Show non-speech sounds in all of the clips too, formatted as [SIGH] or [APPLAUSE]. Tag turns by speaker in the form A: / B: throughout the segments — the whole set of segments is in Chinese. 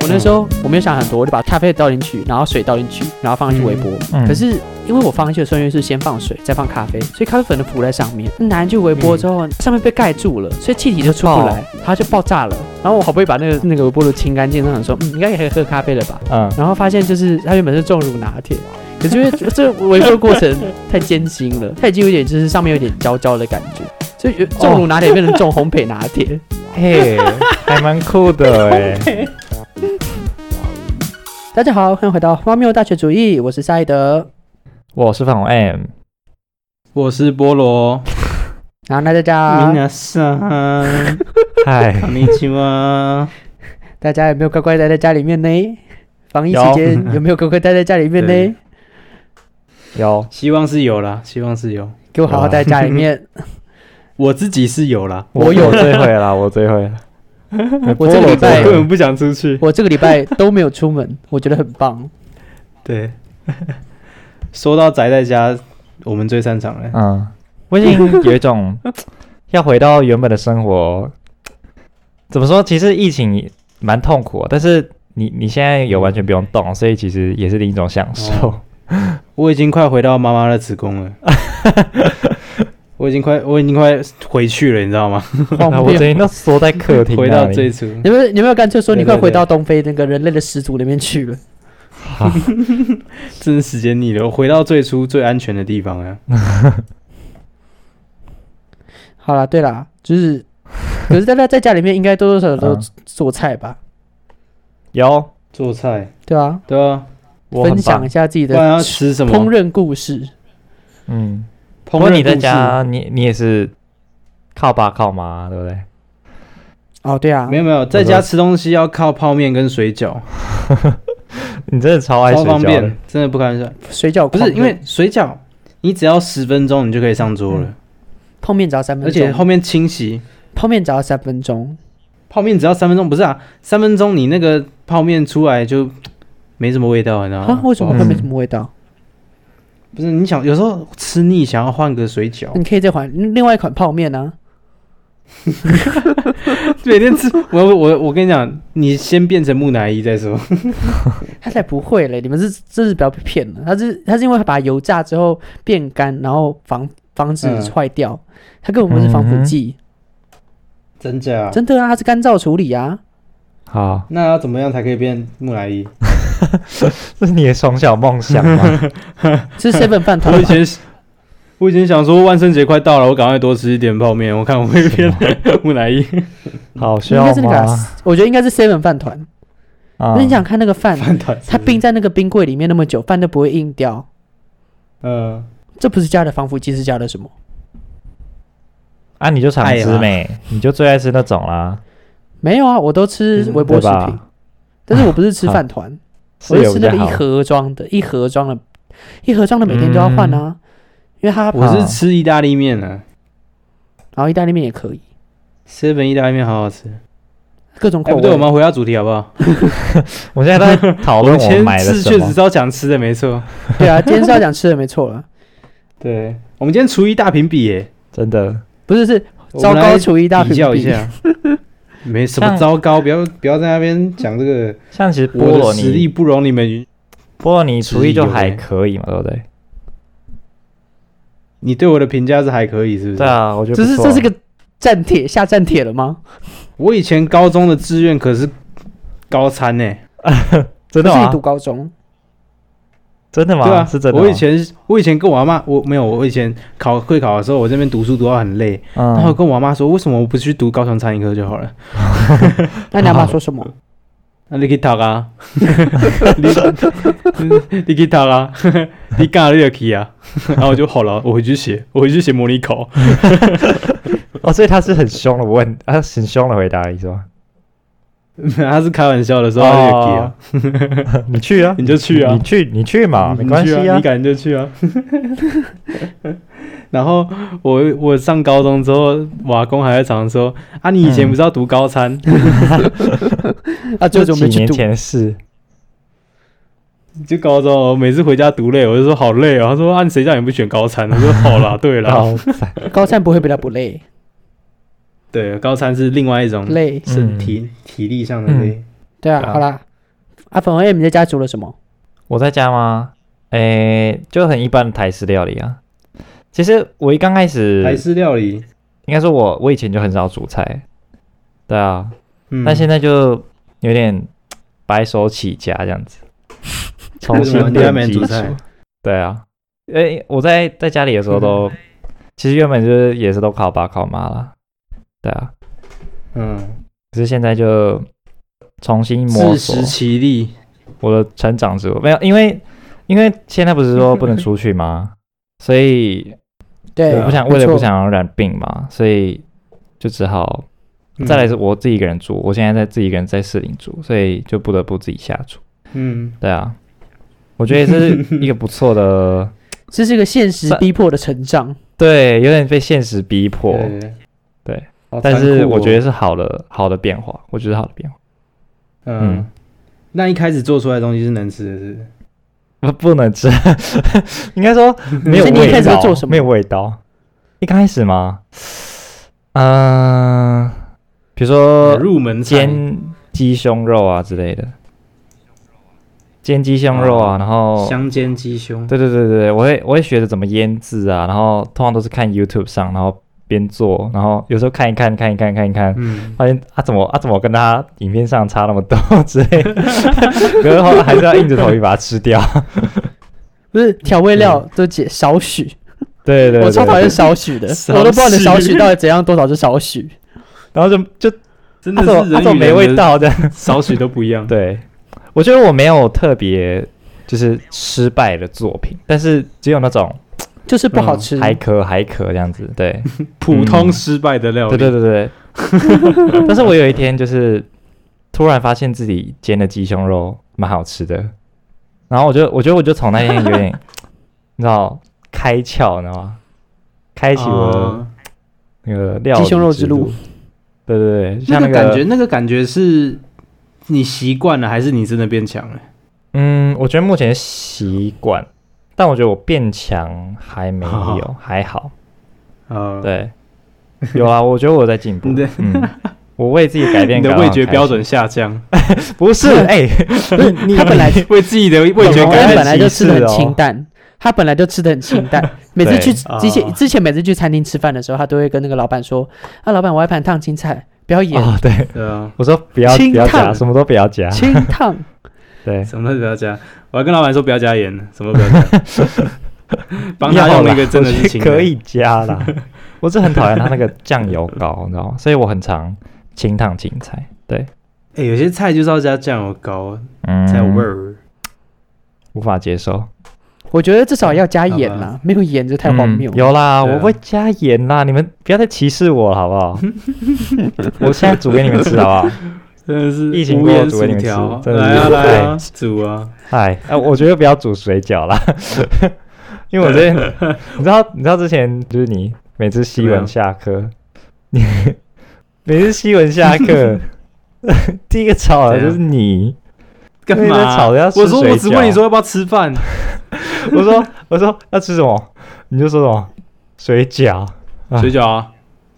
A: 那时候我没有想很多，我就把咖啡倒进去，然后水倒进去，然后放进去微波。
B: 嗯
A: 可是因为我放进去的顺序是先放水，再放咖啡，所以咖啡粉的浮在上面。拿进去微波之后，上面被盖住了，所以气体就出不来，
B: 嗯
A: 它就爆炸了。然后我好不容易把那个那个微波炉清干净，然后想说，嗯，应该也可以喝咖啡了吧？
B: 嗯，
A: 然后发现就是它原本是重乳拿铁，可是因为这微波过程太艰辛了，它已经有点就是上面有点焦焦的感觉，所以重乳拿铁变成重烘焙拿铁。
B: 嘿，还蛮酷的哎。
A: [LAUGHS] 大家好，欢迎回到荒谬大学主义，我是赛德。
B: 我是范红 M，
C: 我是菠萝，
A: 然后大
C: 米
A: 家，
C: 娜桑，
B: 嗨，
C: こんにちは。
A: 大家有没有乖乖待在家里面呢？防疫期
B: 有
A: 间 [LAUGHS] 有没有乖乖待在家里面呢
C: 对？
B: 有
C: [LAUGHS] 希望是有啦，希望是有，
A: 给我好好待在家里面。
C: 我自己是有啦，
A: 我有
B: 这回 [LAUGHS] 啦，我这回啦，
A: 我这个礼拜
C: 我根本不想出去。
A: 我这个礼拜都没有出门，我觉得很棒。
C: 对， [LAUGHS] 说到宅在家，我们最擅长了。
B: 嗯，我已经有一种要回到原本的生活。怎么说？其实疫情蛮痛苦的，但是你你现在有完全不用动，所以其实也是另一种享受
C: 哦。我已经快回到妈妈的子宫 [LAUGHS] 了，我已经快，我已经快回去了，你知道吗？
A: 荒
B: 啊我
A: 谬
B: 最！近都缩在客厅那
C: 回
B: 里，
C: 到最初，
A: 你们你们有干脆说你
C: 对对
A: 快回
C: 对
A: 到东非那个人类的始祖里面去了？
B: 啊
C: 真是时间逆流，回到最初最安全的地方啊！
A: 好啦，对啦，就是，可是大家在家里面应该多多少少都
B: 嗯
A: 做菜吧，
B: 有
C: 做菜，
A: 对啊，
C: 对啊，
B: 我
A: 分
B: 很
A: 享一
B: 棒，
A: 下自己
C: 不
A: 的
C: 然要吃什么？
A: 烹饪故事。
B: 嗯。不
C: 烹
B: 过
C: 饪
B: 你在
C: 故事
B: 家，你你也是靠爸靠妈，对不对？
A: 哦，对啊
C: 没，有没有，在
B: 说
C: 家吃东西要靠泡面跟水饺，
B: 你真的超爱
C: 超
B: 睡觉
C: 方
B: 的
C: 便，，真的不开玩笑。
A: 水饺
C: 不
A: 狂
C: 是
A: 热
C: 因为水饺，你只要十分钟你就可以上桌了，
A: 泡面只要三分
C: 而且
A: 钟，
C: 后面清洗
A: 泡面只要三分钟，
C: 泡面只要三分钟，不是啊，三分钟你那个泡面出来就没什么味道，你知道
A: 啊
C: 吗？，
A: 为什么
C: 不
A: 会
C: 好
A: 没
C: 吃
A: 什么味道？
C: 不是你想有时候吃腻，想要换个水饺， [LAUGHS]
A: 你可以再换另外一款泡面啊呢。
C: 每天吃。我我我跟你讲，你先变成木乃伊再说。
A: 他才不会嘞！你们是这是不要被骗了，他是他是因为把油炸之后变干，然后防防止
C: 嗯
A: 坏掉，他根本不是防腐剂，
C: 真假？
A: 真的啊，他是干燥处理啊。
B: 好，
C: [LAUGHS] 那要怎么样才可以变木乃伊？
B: 这是你的从小梦想吗？
A: 是 seven 饭团
C: 我以
A: 吗，
C: 前我以前想说万圣节快到了，我赶快多吃一点泡面，我看我会变木乃伊。
B: [LAUGHS] 好
A: 应
B: 笑
A: 该是那个
B: 吗？
A: 啊，我觉得应该是 seven 饭团。
B: 啊
A: 那你想看那个饭，[LAUGHS]
C: 饭团
A: 它冰在那个冰柜里面那么久，饭都不会硬掉，
C: 嗯，
A: 这不是加的防腐剂，是加的什么？
B: 啊，你就常
C: 爱
B: 吃
C: 啦
B: 没？你就最爱吃那种啦，
A: 没有啊，我都吃微波
B: 嗯对
A: 食品，
B: 吧？
A: 但是我不是吃
B: [LAUGHS]
A: 饭团，我
B: 是
A: 是
B: 有
A: 吃
B: 比
A: 那
B: 较
A: 个一
B: 好。
A: 盒装的，一盒装的，一盒装的每天都要换啊，
B: 嗯
A: 因为它
C: 我是吃意大利面啊
A: 然后意大利面也可以，
C: ，seven 意大利面好好吃。
A: 各种
C: 哎，
A: 口
C: 不
A: 味。
C: 对，我们回到主题好不好？
B: 我现在在讨
C: [LAUGHS] 我
B: 论
C: 们
B: 我
C: 前
B: 买了
C: 次
B: 什
C: 确实
B: 么。
C: 是要讲吃的，没错。
A: 对啊，今天是要讲吃的，没错了。
C: 对，我们今天厨艺大评比耶，
B: 真的，
A: 不是是
C: 我
A: 糟
C: 们
A: 糕
C: 来
A: 厨艺大评
C: 比较一
A: 比，
C: 下。没什
B: 像
C: 么糟糕，不要不要在那边讲这个，
B: 像其实菠
C: 我
B: 萝
C: 的实力
B: 你，
C: 不容你们允。
B: 菠萝你厨艺就
C: 实力有
B: 还
C: 欸
B: 可以嘛，对不对？
C: 你对我的评价是还可以，是不是？
B: 对啊，我觉得
A: 这
B: 不
A: 是
B: 错
A: 这是个站帖下站帖了吗？
C: 我以前高中的志愿可是高餐呢。
B: 真
A: 不
B: 的啊
A: 是
B: 吗
A: 你读？高中，
B: 真的
C: 对啊，
B: 吗？是真的吗。哦
C: 我以前我以前跟我阿妈，我没有，我以前考会考的时候，我这边读书读到很累，然后
B: 嗯，
C: 跟我阿妈说，为什么我不去读高雄餐饮科就好了？
A: 那你要妈说
B: [LAUGHS]
A: 什么？
C: 那你去读啊， [LAUGHS] 你你去读啊，你干了就去啊。 [LAUGHS] 然后我就好了，我回去写，我回去写模拟考。 [LAUGHS]
B: 哦，所以他是很凶的问，他很凶的回答你是吧？
C: 他是开玩笑的说，他就去啊，
B: [LAUGHS] 你去啊，
C: [LAUGHS] 你就去啊
B: 哦你，去你去嘛，没关系
C: [LAUGHS] 你去啊，你敢就去啊。 [LAUGHS] 然后我我上高中之后，瓦工还在常说啊，你以
B: 嗯
C: 前不是要读高餐？
A: 啊，最
B: 这
A: 久
B: 几
A: 没去
B: 年
A: 读，
B: 前的事，
C: 就高中，我每次回家读累，我就说好累哦。他说啊，你谁叫你不选高餐？我说好啦，对
B: 然
C: 啦，
B: 后
A: 高三不会比较不累，
C: 对，高餐是另外一种
A: 累，
C: 身
B: 嗯
C: 体、体力上的累。
A: 对啊，
B: 对啊
A: 好啦，啊，粉红 M 你在家煮了什么？
B: 我在家吗？诶、就很一般的台式料理啊。其实我一刚开始，
C: 台式料理，
B: 应该说我我以前就很少煮菜，对啊，
C: 嗯
B: 但现在就有点白手起家这样子，
C: [LAUGHS]
B: 重
C: 为什么
B: 新
C: 你家
B: 练
C: 没人
B: 基
C: 煮
B: 础。
C: 菜？
B: 对啊，诶、我在在家里的时候都，
C: 嗯
B: 其实原本就是也是都靠爸靠妈啦，对啊，
C: 嗯，
B: 可是现在就重新摸
C: 自
B: 索
C: 食其力，
B: 我的成长之路。没有，因为因为现在不是说不能出去吗？所以
A: 对啊
B: 我不想为了
A: 没错
B: 不想染病嘛，所以就只好
C: 嗯
B: 再来是我自己一个人住，我现在在自己一个人在士林住，所以就不得不自己下厨。
C: 嗯，
B: 对啊，我觉得也是一个不错的， [LAUGHS]
A: 这是一个现实逼迫的成长。
B: 对，有点被现实逼迫，
C: 对对
B: 对，
C: 好
B: 但
C: 残
B: 是
C: 酷
B: 我
C: 哦
B: 觉得是好的好的变化，我觉得是好的变化，
C: 嗯
B: 嗯，
C: 那一开始做出来的东西是能吃的，是不是？
B: 不不能吃， [LAUGHS] 应该说没有
A: 所以你一
B: 味
A: 开始
B: 道，
A: 会做什么
B: 没有味道。一开始吗？嗯、比如说
C: 入门菜
B: 呃煎鸡胸肉啊之类的，煎鸡胸肉啊，
C: 哦
B: 然后
C: 香煎鸡胸，
B: 对对对对，对我会我会学着怎么腌制啊，然后通常都是看 YouTube 上，然后边做，然后有时候看一看看一看看一看，
C: 嗯，
B: 发现啊怎么啊怎么跟他影片上差那么多 [LAUGHS] 之类的，可是后来还是要硬着头皮把它吃掉。 [LAUGHS]
A: 不是调味料都减少许，
B: 对对对，
A: 我超讨厌少许的，
C: 少
A: 我都不知道你
C: 许
A: 少许到底怎样多少是少许。
B: 然后就就
C: 真
B: 啊
C: 的
B: 怎么
C: 是
B: 啊
C: 人
B: 怎么
C: 与
B: 没
C: 人
B: 味，道的，
C: 少许都不一样。
B: [LAUGHS] 对，我觉得我没有特别就是失败的作品，但是只有那种
A: 就是不好吃。
B: 嗯还可还可这样子，对。
C: 普通失败的料理，
B: 嗯对对对对。但是我有一天就是突然发现自己煎的鸡胸肉蛮好吃的，然后我就我觉得我就从那天有点，你知道开窍，你知道吗？开启我的
C: 啊
B: 那个料
A: 鸡
B: 理
A: 胸肉之路
B: 路。对对对，
C: 那
B: 像
C: 个
B: 个
C: 感觉，那个感觉是你习惯了，还是你真的变强了？
B: 嗯，我觉得目前习惯，但我觉得我变强还没
C: 好
B: 有，还好。
C: 呃，
B: 对，有啊，我觉得我在进步
C: 你的。
B: 嗯，我为自己改变
C: 你的
B: 感到
C: 味
B: 很
C: 觉
B: 开
C: 标
B: 心
C: 准下降，
B: 不是哎，
A: 不是他本 [LAUGHS] 来
B: [LAUGHS]
C: 为自己的味嗯觉
A: 本
B: 感
A: 来
B: 染
A: 本来就吃的很
B: 歧视哦
A: 清淡，他本来就吃的很清淡。每次去
C: 对
A: 之前
C: 啊
A: 之前每次去餐厅吃饭的时候，他都会跟那个老板说：“啊，老板，我要一盘烫青菜，不要盐，
B: 哦，对，
C: 对啊，
B: 我说不要
A: 清
B: 不要
A: 烫
B: 夹，什么都不要夹。
A: 清烫。
B: 对，
C: [LAUGHS] 什么都不要加。我还跟老板说不要加盐，什么都不要加，
B: [LAUGHS]
C: 帮他
B: 要
C: 用
B: 啦
C: 那个真的
B: 我
C: 是
B: 觉
C: 清
B: 得
C: 的
B: 可以加啦。 [LAUGHS] 我是很讨厌它那个酱油膏，你知道吗？所以我很常清烫青菜。对，
C: 哎、有些菜就是要加酱油膏
B: 嗯，
C: 才有味儿。
B: 无法接受，”
A: 我觉得至少要加盐
C: 好
A: 啦，没有盐就太荒谬
B: 嗯。有啦，
C: 对啊
B: 我会加盐啦，你们不要再歧视我了，好不好？我现在煮给你们吃，好不好？
C: 真的是
B: 疫情
C: 无
B: 过
C: 盐
B: 煮
C: 薯
B: 给你们吃
C: 条，
B: 真的
C: 来啊
B: 是
C: 来啊，煮啊！
B: 哎，哎，我觉得不要煮水饺啦， [LAUGHS] 因为我之前，
C: [LAUGHS]
B: 你知道，你知道之前就是你每次西文下课，你每次西文下课，第一个吵的就是你。
C: 干
B: 因为
C: 嘛、
B: 在吵着要吃
C: 我说我只
B: 水饺
C: 问你说要不要吃饭，
B: [LAUGHS] 我说我说要吃什么，你就说什么水饺。啊
C: 水饺啊，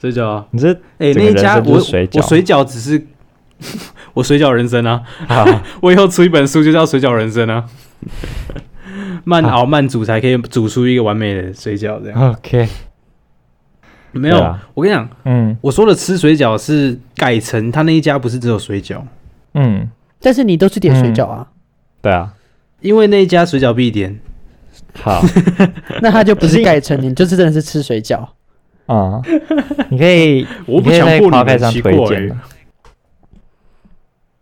C: 水饺啊。
B: 你这
C: 哎、那
B: 整个
C: 一
B: 人
C: 家
B: 生就
C: 我我
B: 是水饺
C: 水饺只是 [LAUGHS] 我水饺人生啊，
B: 好
C: 我以后出一本书就叫《水饺人生》啊。慢熬慢煮才可以煮出一个完美的水饺，这样
B: OK，
C: [LAUGHS] 没有
B: 对啊。
C: 我跟你讲，
B: 嗯
C: 我说的吃水饺是改成他那一家不是只有水饺，
B: 嗯，
A: 但是你都是点水饺啊，
B: 对啊，
C: 因为那一家水饺必点， [LAUGHS]
B: 好
A: 那他就不
B: 可
A: 是
B: 是
A: 盖成，你就是真的是吃水饺。
B: 啊、你可以，
C: 我
B: 你
C: 不
B: 可以
C: 强
B: 在
C: 迫你
B: p o
C: 们
B: 上
C: 奇怪
B: 推荐
C: 欸
B: 的。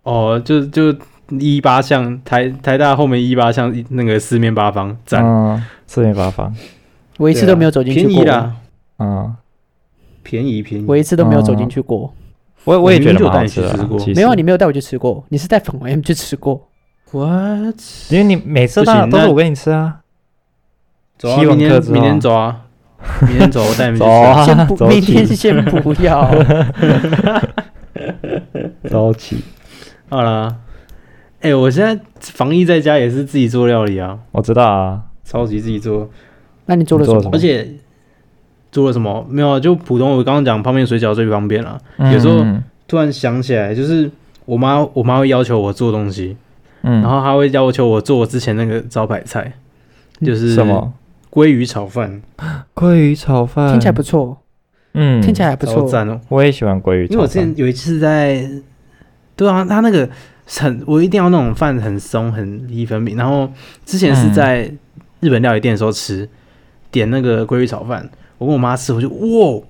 C: 哦，就就一八巷台台大后面一八巷那个四面八方站，
B: 嗯，四面八方，
A: 我一次都没有走进去
C: 便宜
A: 过，
C: 啦，
B: 嗯。
C: 便宜便宜。
A: 我一次都没有走进去过。
B: 我我也觉
C: 明明
B: 得
C: 就
B: 蛮
C: 带
B: 好
C: 你
B: 吃
C: 去
B: 的
C: 吃
B: 啦，
C: 过
B: 其实
A: 没有，你没有带我去吃过，你是带粉红 M 去吃过。
C: What？
B: 因为你每次
C: 不
B: 都
C: 行
B: 都是
C: 那
B: 我跟你吃啊，
C: 走啊，
B: 希望
C: 明天
B: 克制啊
C: 明天走
B: [LAUGHS]
C: 啊，明天走，我带你们去
B: 走
C: 吃。
B: 啊
A: 先不，
B: [LAUGHS] 走
A: 明
B: 起
A: 天先不
B: [LAUGHS]
A: 要。
B: 早起。
C: 好啦，哎、我现在防疫在家也是自己做料理啊，
B: 我知道啊，
C: 超级自己做，
B: 哦
A: 那你做了什
B: 你做了什
A: 么
B: 么？
C: 而且做了什么没有啊？就普通我刚刚讲泡面水饺最方便啊了、
B: 嗯
C: 有时候
B: 嗯
C: 突然想起来，就是我妈，我妈会要求我做东西，
B: 嗯，
C: 然后他会要求我做我之前那个招牌菜，就是
B: 嗯什么
C: 鲑鱼炒饭，
B: 鲑鱼炒饭
A: 听起来不错，
B: 嗯，
A: 听起来还不
C: 超
A: 错。
C: 赞哦！
B: 我也喜欢鲑鱼炒饭，
C: 因为我之前有一次在，对啊，他那个很，我一定要那种饭很松很粒分明。然后之前是在
A: 嗯
C: 日本料理店的时候吃，点那个鲑鱼炒饭，我跟我妈吃，我就哇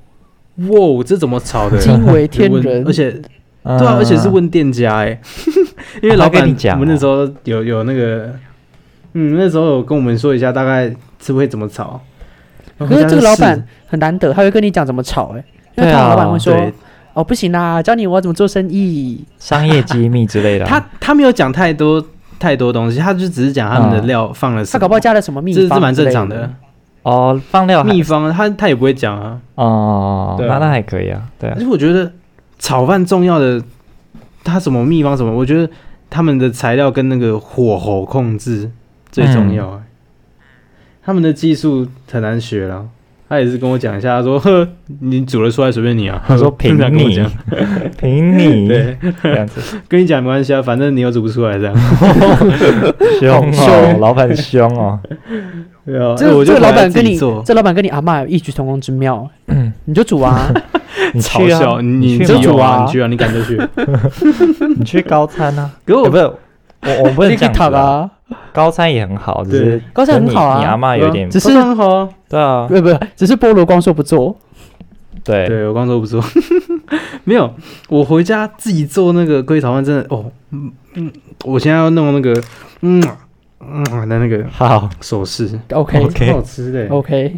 C: 哇，这怎么炒的？
A: 惊为天
C: 就问
A: 人，
C: 而且
B: 嗯
C: 对啊，而且是问店家哎、
A: [LAUGHS]
C: 因为老
B: 他
C: 板
B: 跟你讲哦
C: 我们那时候有有那个，嗯，那时候有跟我们说一下大概是会怎么炒。
A: 可是这个老
C: 是
A: 板很难得，他会跟你讲怎么炒、欸，哎，因为
B: 对
A: 他
B: 啊
A: 老板会说
C: 对，
A: 哦不行啦，教你我要怎么做生意，
B: 商业机密之类的啊，
C: 他他没有讲太多太多东西，他就只是讲他们的料放了什
A: 嗯他
C: 么，
A: 搞不好加了什么秘
C: 这
A: 方，
C: 这蛮正常的。。
B: 哦放料还
C: 秘方他他也不会讲啊，
A: 嗯
B: 哦，
C: 对
B: 那
C: 啊
B: 那还可以啊，对啊
C: 而，且我觉得炒饭重要的，他什么秘方什么，我觉得他们的材料跟那个火候控制最重要、
A: 嗯
C: 欸。他们的技术很难学啦。他也是跟我讲一下，他说：“ [LAUGHS] 呵，你煮了出来随便你啊。”
B: 他
C: [LAUGHS]
B: 说凭
C: 这样跟我
B: 你
C: 讲，
B: [LAUGHS] 凭你
C: 对，
A: [LAUGHS]
B: 这样子，
C: [LAUGHS] 跟你讲没关系啊，反正你又煮不出来这样。
B: 凶哦，
A: 凶
B: 老板凶哦，
C: 对啊，
A: 这
C: 哎我
A: 个
C: 就
A: 这个老
C: 回来
A: 板
C: 自
A: 跟
C: 己
A: 你，
C: 做
A: 这老板跟你阿嬷有异曲同工之妙，欸
B: 嗯
A: 你就煮啊，
B: 你
C: 嘲
B: 去
C: 笑
B: 啊，
C: 你，
B: 去
A: 就
C: 你
B: 嘛
A: 煮
C: 有
A: 啊
C: 你去啊，你敢就 [LAUGHS] 去。
B: 你去高餐啊，
C: 可是
B: 哦
C: [LAUGHS] 我
B: 不是我 [LAUGHS] 我不
A: 你可
B: 能
A: 以
B: 这样子
A: 躺
B: 啊，
A: 啊，
B: 高餐也很好，只是
A: 高餐
B: 可
A: 很
B: 是
A: 好
B: 你你阿
A: 啊，
B: 妈有点
A: 只是
C: 非常好啊。
B: 对啊
A: 不，不，只是菠萝光说不做，
B: 对，
C: [LAUGHS] 对我刚说不 [LAUGHS] 错，没有，我回家自己做那个龟炒饭真的哦，嗯嗯，我现在要弄那个嗯嗯的那个
B: 好
C: 手势
A: OK 哦
B: OK
C: 超好吃的。
A: OK，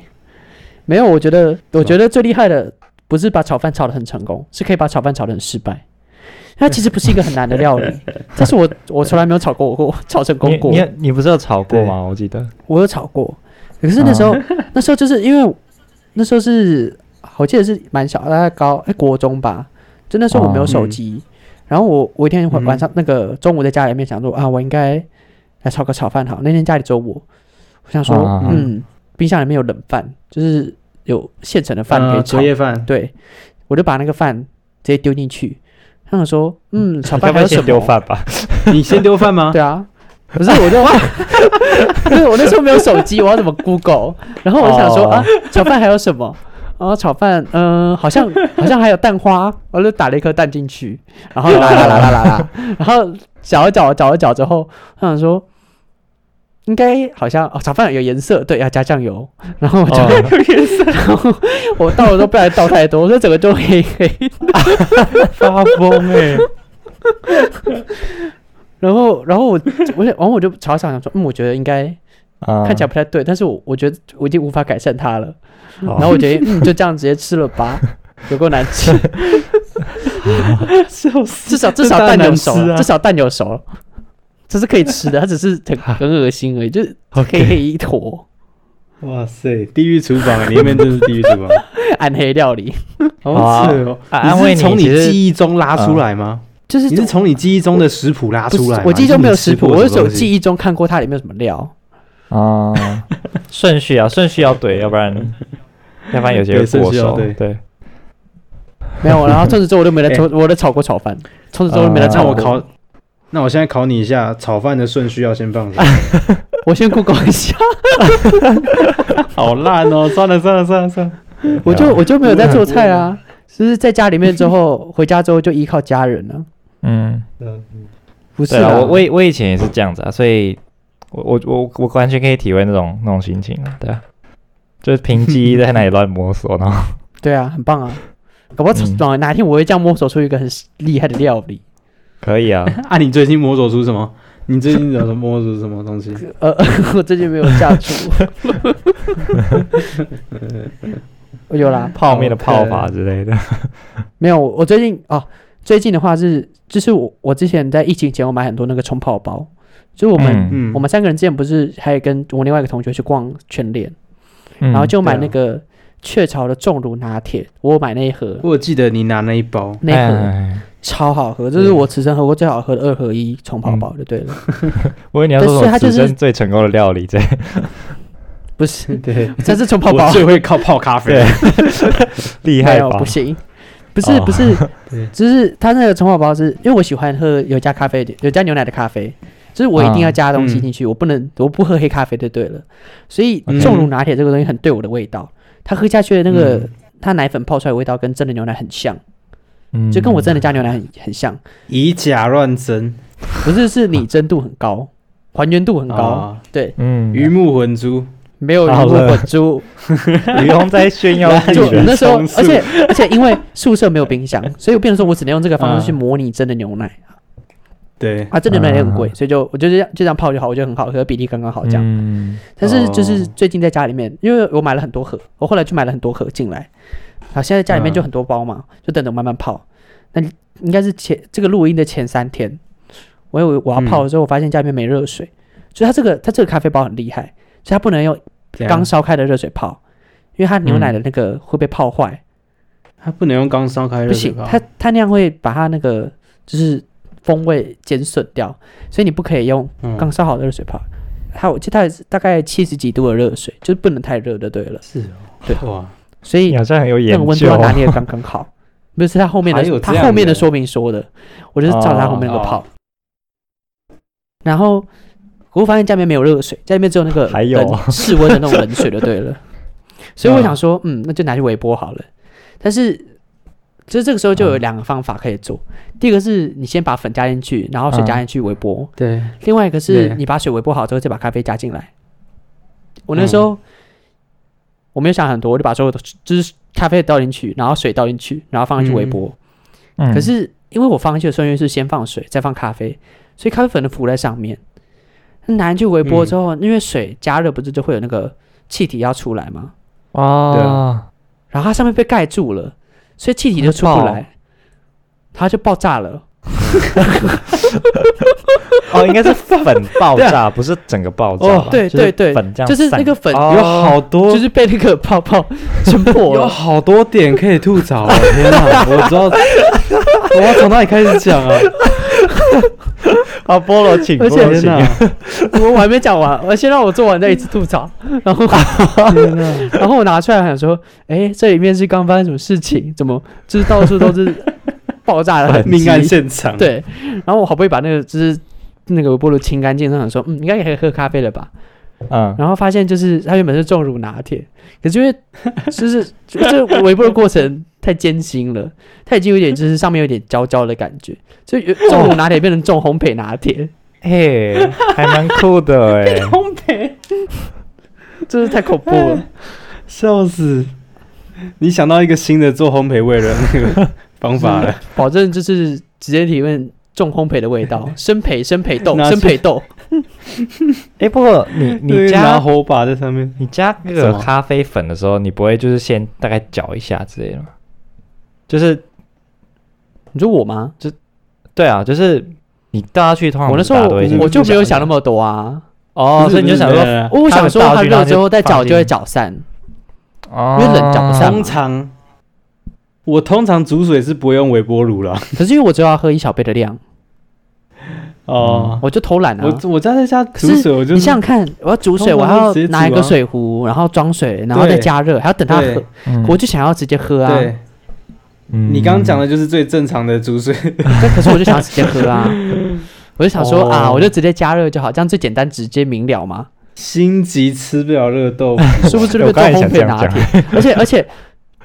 A: 没有，我觉得我觉得最厉害的不是把炒饭炒得很成功，是可以把炒饭炒得很失败。它其实不是一个很难的料理，但是我我从来没有炒过过炒成
B: 你
A: 功过
B: 你，有你不是有炒过吗？我记得，
A: 我有炒过，可是那时
B: 啊
A: 候、 [LAUGHS] 那时候就是因为那时候是我记得是蛮小，大概高哎、国中吧，就那时候我没有手
B: 哦嗯
A: 机，然后我我一天晚
C: 嗯
A: 晚上、那个中午在家里面想说啊，我应该来炒个炒饭好，那天家里只有我，我想说、
B: 啊
A: 嗯，冰箱里面有冷饭，就是有现成的饭可以
B: 啊
C: 呃
A: 炒，
C: 隔夜饭，
A: 对，我就把那个饭直接丢进去，他想说
B: [LAUGHS]
A: 嗯，炒
B: 你该
A: 饭还
B: 不会
A: 有什
B: 先
A: 么？
B: 丢饭吧？
C: 你先丢饭吗？
A: [LAUGHS] 对啊，不是我就，不是我那时候没有手机，我要怎么 Google？然后我就想说、
B: 哦
A: 啊，炒饭还有什么？然后炒饭，嗯、好像好像还有蛋花，我就打了一颗蛋进去，然后啦啦啦啦啦啦，然后搅一搅搅一搅之后，我想说。应该好像哦，炒饭有颜色，对，要加酱油，然后我就、
B: 哦
A: 有颜色， [LAUGHS] 然后我倒的时候不然倒太多，我说整个就黑黑，
B: [LAUGHS] 发疯哎，
A: 然后然后我我想，然后我就炒一炒想说，嗯，我觉得应该 [LAUGHS]
B: 啊
A: 看起来不太对，但是我我觉得我已经无法改善它了。
C: 哦
B: 好
A: 然后我决定、嗯、就这样直接吃了
C: [LAUGHS]
A: 吧，有够难吃，
C: 笑死！
A: 至少至少
C: 这当然
A: 蛋有
C: 难
A: 熟
C: 吃
A: 了，
C: 啊
A: 至少蛋有熟了，这是可以吃的，它只
C: [LAUGHS]
A: 是很很恶心而已，就是黑
B: OK
A: 黑一坨
C: [LAUGHS]
A: [LAUGHS]
C: 哇塞，地狱厨房，啊里面真是地狱厨房，
A: 暗黑料理，
C: 好扯哦！
B: 啊安慰
C: 是
B: 你
C: 从你
B: 其实
C: 记忆中拉出来吗？
A: 就是
C: 你是从你记忆中的食谱拉
A: 不是
C: 出来吗？
A: 我记忆中没有
C: 还是
A: 食
C: 你吃
A: 谱，
C: 过
A: 我
C: 什
A: 是
C: 么
A: 有
C: 东西
A: 记忆中看过它里面有什么
C: [LAUGHS]
A: 料。
B: 啊，顺序啊，顺序要对，要不然
A: [LAUGHS]
B: 要不然有些
C: 对
B: 会过
C: 顺序要
B: 手
C: 对，
B: 对，
A: 没有，然后从此之后我都没来
C: 哎
A: 炒，我都炒过炒饭，从此之后都没来
B: 呃
A: 炒
C: 那
A: 过。
C: 我考，那我现在考你一下，炒饭的顺序要先放什么？
A: 我先 Google 一下，
C: [LAUGHS] 好烂哦！算了算了算了算了，
A: 我就我就没有在做菜啊，就是在家里面之后，回家之后就依靠家人了。
B: 嗯，
C: 嗯，
A: 不是
B: 对啊，
A: 啦
B: 我我以我以前也是这样子啊，所以我我我我完全可以体会那种那种心情啊，对啊，就是凭记忆在那里乱摸索，
A: [LAUGHS]
B: 然后
A: 对啊，很棒啊！搞不好、
B: 嗯
A: 哪哪天我会这样摸索出一个很厉害的料理。
B: 可以啊，
C: 啊，你最近摸索出什么？你最近有什么摸索出什么东西？
A: 呃， [LAUGHS] 我最近没有下厨， [LAUGHS] 我有啦，
B: 泡面的泡法之类的，
A: 没有。我最近哦，最近的话是，就是我我之前在疫情前我买很多那个冲泡包，就是我们、
B: 嗯
C: 嗯，
A: 我们三个人之前不是还跟我另外一个同学去逛全联，
B: 嗯
A: 然后就买
C: 对
A: 那
C: 啊
A: 个雀巢的重乳拿铁，我有买那一盒，
C: 我记得你拿那一包，
A: 那一盒、
B: 哎
A: 超好喝，这是我此生喝过最好喝的二合一冲泡包，就对了，
B: 我以为你要
A: 对
B: 说
A: 所以
B: 什
A: 它
B: 么
A: 就
B: 此
A: 是
B: 生最成功的料理这样，
A: 不是，
C: [LAUGHS] 对，
A: [LAUGHS] 这是冲泡包
C: 我。最会靠泡咖啡
B: 对。 [LAUGHS] 厉害
A: 没有
B: 吧
A: 不？行，不是
B: 哦
A: [LAUGHS] 不是
C: 对，
A: 就是它那个冲泡包是因为我喜欢喝有加咖啡的有加牛奶的咖啡，就是我一定要加东西进去，我不能我不喝黑咖啡就对了。所以
C: 嗯
A: 重乳拿铁这个东西很对我的味道，它喝下去的那个、
C: 嗯
A: 它奶粉泡出来的味道跟真的牛奶很像，
B: 嗯
A: 就跟我真的加牛奶很很像，
C: 以假乱真，
A: 不是是拟真度很高，还原度很高，
C: 啊
A: 对，
B: 嗯
C: 鱼目混珠，
A: 没有
B: 好
A: 如
B: 了
A: 果猪
B: 于红在炫耀
A: [LAUGHS]
B: 自
A: 就
B: 己的
A: 那时候
C: 充，数
A: 而且而且因为宿舍没有冰箱，所以我变成说我只能用这个方式去模拟真的牛奶
C: 对，
A: 啊，真的牛奶也很贵，
B: 嗯
A: 所以就我就这样就这样泡就好，我觉得很好喝，比例刚刚好这样。
B: 嗯
A: 但是就是
C: 哦
A: 最近在家里面，因为我买了很多盒，我后来就买了很多盒进来，好，现在家里面
C: 嗯
A: 就很多包嘛，就等着我慢慢泡。那应该是前这个录音的前三天，我以为我要泡的时候，我发现家里面没热水，所以它这个它这个咖啡包很厉害，所以它不能用
C: 怎样
A: 刚烧开的热水泡，因为它牛奶的那个会被泡坏。
C: 它不能用刚烧开热
A: 不
C: 水
A: 行，
C: 吧？
A: 它它那样会把它那个就是风味减损掉，所以你不可以用
C: 嗯
A: 刚烧好的热水泡。还有，就大概大概七十几度的热水，就是不能太热就对了。
C: 是哦，
A: 对
C: 哇，
A: 所以
B: 你好像很有
A: 那
B: 研
A: 个温度
B: 究
A: 要，
B: [LAUGHS]
A: 拿捏的刚刚好。不是它后面
C: 还有
A: 的，
C: 这
A: 它
C: 样
A: 后面
C: 的
A: 的说明说的，我就是照它后面那个
C: 哦
A: 泡。然后我会发现家里面没有热水，家里面只有那个
B: 还有
A: 冷
B: [LAUGHS]
A: 室温的那种冷水就对了。所以我想说，嗯，那就拿去微波好了。但是，就是这个时候就
B: 嗯
A: 有两个方法可以做。第一个是你先把粉加进去，然后
B: 嗯
A: 水加进去微波；
C: 对，
A: 另外一个是
C: 对
A: 你把水微波好之后再把咖啡加进来。我那时
B: 嗯
A: 候、我没有想很多，我就把所有的就是咖啡倒进去，然后水倒进去，然后放进去微波。
B: 嗯
A: 可是因为我放进去的顺序是先放水，再放咖啡，所以咖啡粉的浮在上面。那拿进去微波之后，
B: 嗯
A: 因为水加热不是就会有那个气体要出来吗？
C: 对
A: 啊
B: 哦，
A: 然后它上面被盖住了，所以气体就出不来，它就爆炸了。
B: 哦，应该是粉
A: [LAUGHS]
B: 爆
A: 对啊
B: 炸，不是整个爆炸
A: 哦
B: 吧，
A: 对
B: 就是
A: 对对
B: 粉这样
A: 就是
B: 散
A: 那个粉
B: 哦
C: 有好多
A: 就。是被那个泡泡 [LAUGHS] 撑破
C: 有
A: 了。
C: 好多点可以吐槽哦！天哪，我知道， [LAUGHS] 我要从哪里开始讲啊？
B: 啊，菠萝请，
A: 而且
B: 菠萝
C: 天
B: 请
C: 哪，
A: 我我还没讲完，我先让我做完再一次吐
C: [LAUGHS]
A: 槽。然后，
C: 天哪！
A: [LAUGHS] 然后我拿出来想说，哎，这里面是刚发生什么事情？怎么就是到处都是爆炸的痕迹
C: 命案现场，，
A: 对，然后我好不容易把那个就是那个微波炉清干净，然后想说，嗯，应该也可以喝咖啡了吧？
B: 嗯，
A: 然后发现就是它原本是重乳拿铁，可是因为就是 [LAUGHS] 就是微波的过程太艰辛了，它已经有点就是上面有点焦焦的感觉，所以重乳拿铁变成重烘焙拿铁，
B: 嘿，还蛮酷的哎，
A: [LAUGHS] 烘焙，真是太恐怖了。
C: 笑死！你想到一个新的做烘焙味的那个方法
A: [LAUGHS]
C: 了，
A: 保证就是直接体验重烘焙的味道，生培生培豆
C: 拿
A: 生
C: 去
A: 培豆，
B: 哎，不过你你
C: 对拿
B: 加
C: 火把在上面，
B: 你加那
C: 什
B: 个
C: 么
B: 咖啡粉的时候，你不会就是先大概搅一下之类的吗？就是
A: 你说我吗？
B: 对啊，就是你倒下去，通常
A: 我那时候
B: 大家都会先
A: 我就没有想那
B: 搅一下
A: 么多啊，
B: 哦，所以你就想
C: 不是
B: 说，
C: 不是不是
A: 我想说它
B: 它
A: 热之后再搅就会
B: 搅。
A: 搅散。
B: 哦
A: 因为冷搅不散
C: 通常我通常煮水是不会用微波炉了，
A: 可是因为我只有要喝一小杯的量，
C: 哦，
A: 我就偷懒啊。
C: 我我家在家煮
A: 可是
C: 水，我就
A: 你想想看，我要煮水，
C: 通
A: 我
C: 常都
A: 要
C: 是直接煮啊
A: 拿一个水壶，然后装水，然后再加热，还要等它喝
C: 对。
B: 嗯
A: 我就想要直接喝啊，
C: 对
B: 嗯
C: 你刚刚讲的就是最正常的煮水， [LAUGHS]
A: 但可是我就想要直接喝啊。我就想说
B: 哦
A: 啊，我就直接加热就好，这样最简单，直接明了嘛。
C: 心急吃不了热豆
A: [LAUGHS]
C: 腐，
A: 是不是
B: 我
A: 被做
B: 刚才
A: 烘
B: 想这
A: 焙
B: 样
A: 拿
B: 讲
A: 铁？而且而且，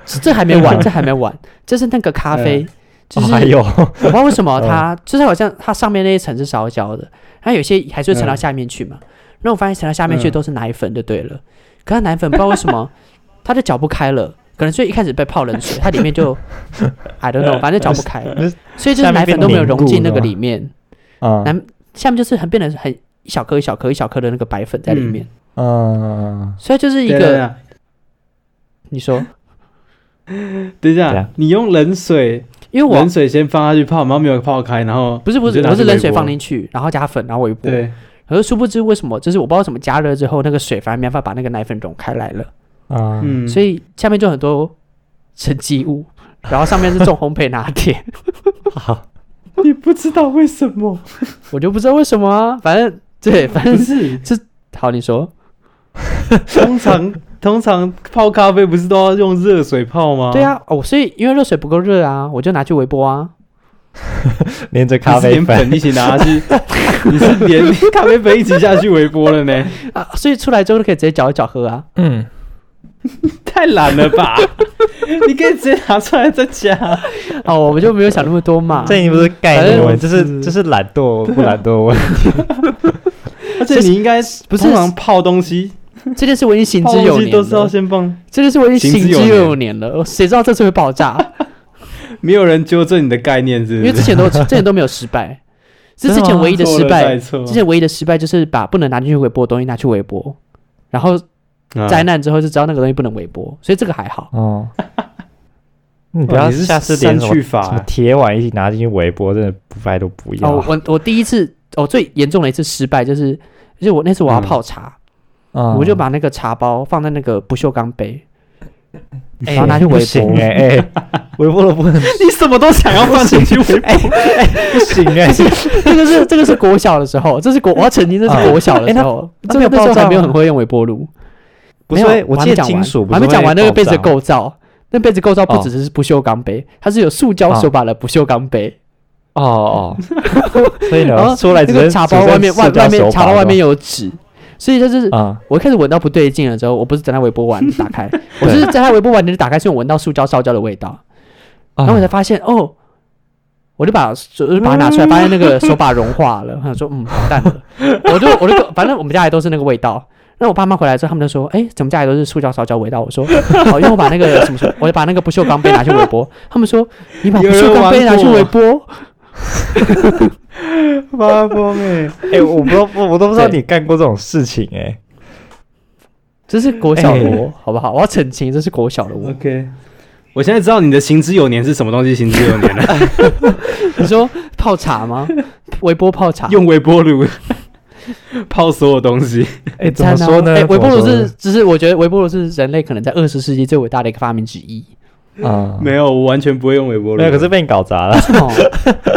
A: 这还没
B: [LAUGHS]
A: 完，这还没完，这是那个咖啡，就
B: 哦
A: 是
B: 还有嗯
A: 我不知道为什
B: [LAUGHS]
A: 么它，就是好像它上面那一层是烧焦的，它有些还是会沉到
C: 嗯
A: 下面去嘛。那我发现沉到下面去
C: 嗯
A: 都是奶粉就对了，可它奶粉不知道为什么它就搅不开了，可能所以一开始被泡冷水，它里面就 I don't know，反正就搅不
B: [LAUGHS]
A: 开，所以就是奶粉都没有融进那个里面，
B: 嗯
A: 奶下面就是很变得很一小颗一小颗一小颗的那个白粉在里面，
B: 嗯，
A: 所以就是一
C: 等等
A: 个
C: 等
A: 你说，
C: 等一
B: 对
C: 下
B: 啊，
C: 你用冷水，
A: 因为我
C: 冷水先放下去泡，然后没有泡开，然后
A: 不是不
C: 你
A: 是，
C: 就拿
A: 我
C: 去
A: 是冷水
C: 微波
A: 放进去，然后加粉，然后微波。
C: 对，
A: 可是殊不知为什么，就是我不知道怎么加热之后，那个水反而没办法把那个奶粉融开来了，
B: 啊，
C: 嗯，
A: 所
C: 以
A: 以下面就很多沉积物，然后上面是重烘焙拿铁，
C: [LAUGHS] 你不知道为什么，
A: 我就不知道为什么啊，反正对，反
C: 不
A: 正
C: 是
A: 好，你说
C: 通常通常泡咖啡不是都要用热水泡吗？
A: 对，啊，哦，所以因为热水不够热啊，我就拿去微波啊，
B: 连着
C: 你
B: 咖
C: 是
B: 啡
C: 连
B: 粉
C: 粉一起拿 [LAUGHS] 去，你是连咖啡粉一起下去微波了呢？
A: 啊，所以出来之后就可以直接搅一搅喝啊。
B: 嗯，
C: 太懒了吧！ [LAUGHS] 你可以直接拿出来再加。
A: 哦，我们就没有想那么多嘛。
B: 这已经不是概念
A: 反正
B: 问题，这是这是懒惰不懒惰问题。
C: 而且你应该
A: 不是
C: 通常泡东西，
A: 这件事我已经行
C: 泡
A: 之有
C: 东西
A: 年
C: 都是要
A: 了，
C: 先放，
A: 这件事我已经
C: 行之
A: 行之
C: 有
A: 有年了，谁知道这次会爆炸？
C: 没有人纠正你的概念，是
A: 因
C: 不
A: 为之
C: 是？
A: 前都之前都没有失
B: [LAUGHS]
A: 败，是
B: 真的
A: 之前
B: 吗
A: 唯一的
C: 错
A: 失
C: 了再
A: 败，
C: 错
A: 之前唯一的失败就是把不能拿进去微波的东西拿去微波，然后
B: 嗯
C: 啊
A: 灾难之后就知道那个东西不能微波，所以这个还好。
B: 哦，你不
C: 哇
B: 要
C: 你是
B: 下次连什
C: 删去
B: 么
C: 法
B: 什么
C: 欸
B: 铁碗一起拿进去微波，真的不拜都不要。
A: 哦，我我第一次哦最严重的一次失败就是，就是我那次我要泡茶，
B: 嗯
A: 我就把那个茶包放在那个不锈钢杯，
B: 哎
A: 然后拿去微
B: 不
A: 波
B: 行哎
A: [LAUGHS]
B: 哎，微波炉不能
C: [LAUGHS] 你什么都想要放进去 [LAUGHS] 微波，
B: 不行
A: [LAUGHS]
B: 哎，
A: 这个是这个是国小的时候，这是国我要澄清，这是国小的时候，
B: 嗯哎那
A: 这
B: 没
A: 个那时
B: 有爆
A: 候
B: 炸
A: 还没有
B: 吗
A: 很会用微波炉。
B: 不
A: 没
B: 是
A: 有
B: 会，我
A: 还
B: 记
A: 没
B: 得
A: 讲完
B: 金属不
A: 还
B: 是
A: 没讲
B: 会
A: 完那个
B: 爆
A: 杯子的
B: 炸哦
A: 构造，那杯子构造不只是不锈钢杯，它是有塑胶手把的不锈钢杯，[LAUGHS]
B: 哦哦，所以
A: 然后
B: 呢，出来
A: 那
B: 只
A: 个
B: 是
A: 茶包外面外外面茶包外面
B: 有
A: 有纸，所以就是
B: 啊，
A: 我一开始闻到不对劲了之后，我不是等它微
B: [LAUGHS]
A: 波完打开，我就是在它微波完的打开，是我闻到塑胶烧焦的味道，然
B: 然
A: 后我才发现哦。我就把手 [LAUGHS] 就把它拿出来，发现那个手把融化了。我想说，嗯，完蛋了。我就我就反正我们家里都是那个味道。那我爸妈回来之后，他们就说，哎、怎么家里都是塑胶烧焦味道？我说，哦，因为我把那个什么什么，我就把那个不锈钢杯拿去微波。他们说，你把不
C: 有人
A: 锈钢杯拿
C: 玩
A: 去
C: 过
A: 微波，
C: [LAUGHS] 发疯哎！
B: [LAUGHS] 哎，我不我我都不知道
A: 对
B: 你干过这种事情哎，
A: 这是国小的
B: 哎
A: 我，好不好？我要澄清，这是国小的
C: [LAUGHS]
A: 我。
C: OK，我哎现在知道你的行之有年是什么东西，行之有年了，
A: 你说泡茶吗？微波泡茶？
C: 用微波炉 [LAUGHS] 泡所有东西。
B: 哎，怎
A: 餐
B: 么
A: 啊
B: 说呢？
A: 哎，微波炉
B: 怎么说
A: 是
B: 呢，
A: 只是我觉得微波炉是人类可能在二十世纪最伟大的一个发明之一。
B: 啊，
C: 没有，我完全不会用微波炉。
B: 没有，可是被你搞
A: [LAUGHS]
B: 砸了。
A: 哦，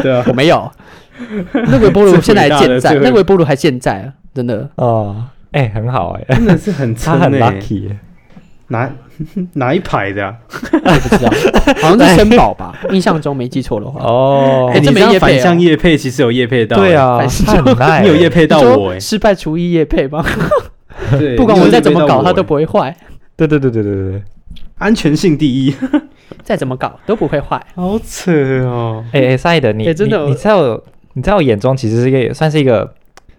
C: 对啊，
A: 我没有。那微波
B: [LAUGHS]
A: 炉现在还健在
C: 最伟大的最，
A: 那微波炉还健在啊，真的。
B: 哦，哎、很好
C: [LAUGHS]
B: 哎、
C: 真的是很撑
B: 他很
C: 欸
B: lucky，、
C: 哪哪一排的啊？
A: 我也不知道，好像是绅宝
B: [LAUGHS]
A: 吧，印象中没记错的话。
B: 哦
A: 哎
C: 哎，你
A: 这没
C: 这样
A: 业配
C: 反
A: 哦
C: 向叶配，其实有叶配到。欸
B: 对，啊，
A: 反正
B: 他很赖、
C: 哎你有叶配到
A: 你说
B: 欸
A: [LAUGHS]
C: 我哎。
A: 失败厨艺业配吗？
C: 对
A: 不管我再怎么
B: 欸
A: 搞，它都
C: 会
A: 不会坏，
B: 对对对对对对对。
C: 欸安全性第一，
A: 再怎么搞都不会坏。
C: 好扯哦！
B: 哎、哎，赛德，你、
A: 哎真的
B: 你，你在我你在我眼中其实是一个算是一个，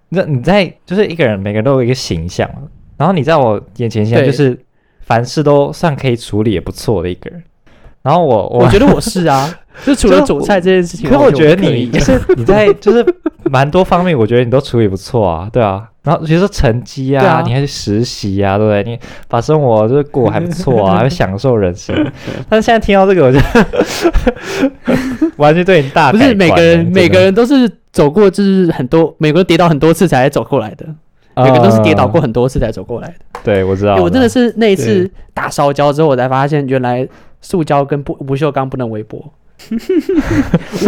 B: 那你在就是一个人每个人都有一个形象嘛，然后你在我眼前现在
A: 对
B: 就是凡事都算可以处理也不错的一个人，然后我我
A: 我觉得我是
B: [LAUGHS]
A: 啊，就除了煮菜这件事情，
B: 可我觉得
A: 我可
B: 你
A: 以
B: 就是
A: [LAUGHS]
B: 你在就是蛮多方面，我觉得你都处理不错啊，对啊。然后比如说成绩啊，
A: 对啊
B: 你还去实习啊，对不对？你把生活就是过得还不错
A: [LAUGHS]
B: 啊，还会享受人生。但是现在听到这个，我就 [LAUGHS] 完全对你大
A: 不
B: 改
A: 是
B: 观
A: 每个人
B: 真的
A: 每个人都是走过，就是很多每个人跌倒很多次才走过来的，每个都是跌倒过
B: 嗯
A: 很多次才走过来的。
B: 对，我知道
A: 欸
B: 了。
A: 我真的 [LAUGHS] 是那一次
C: 对
A: 打烧焦之后，我才发现原来塑胶跟不不锈钢不能微波，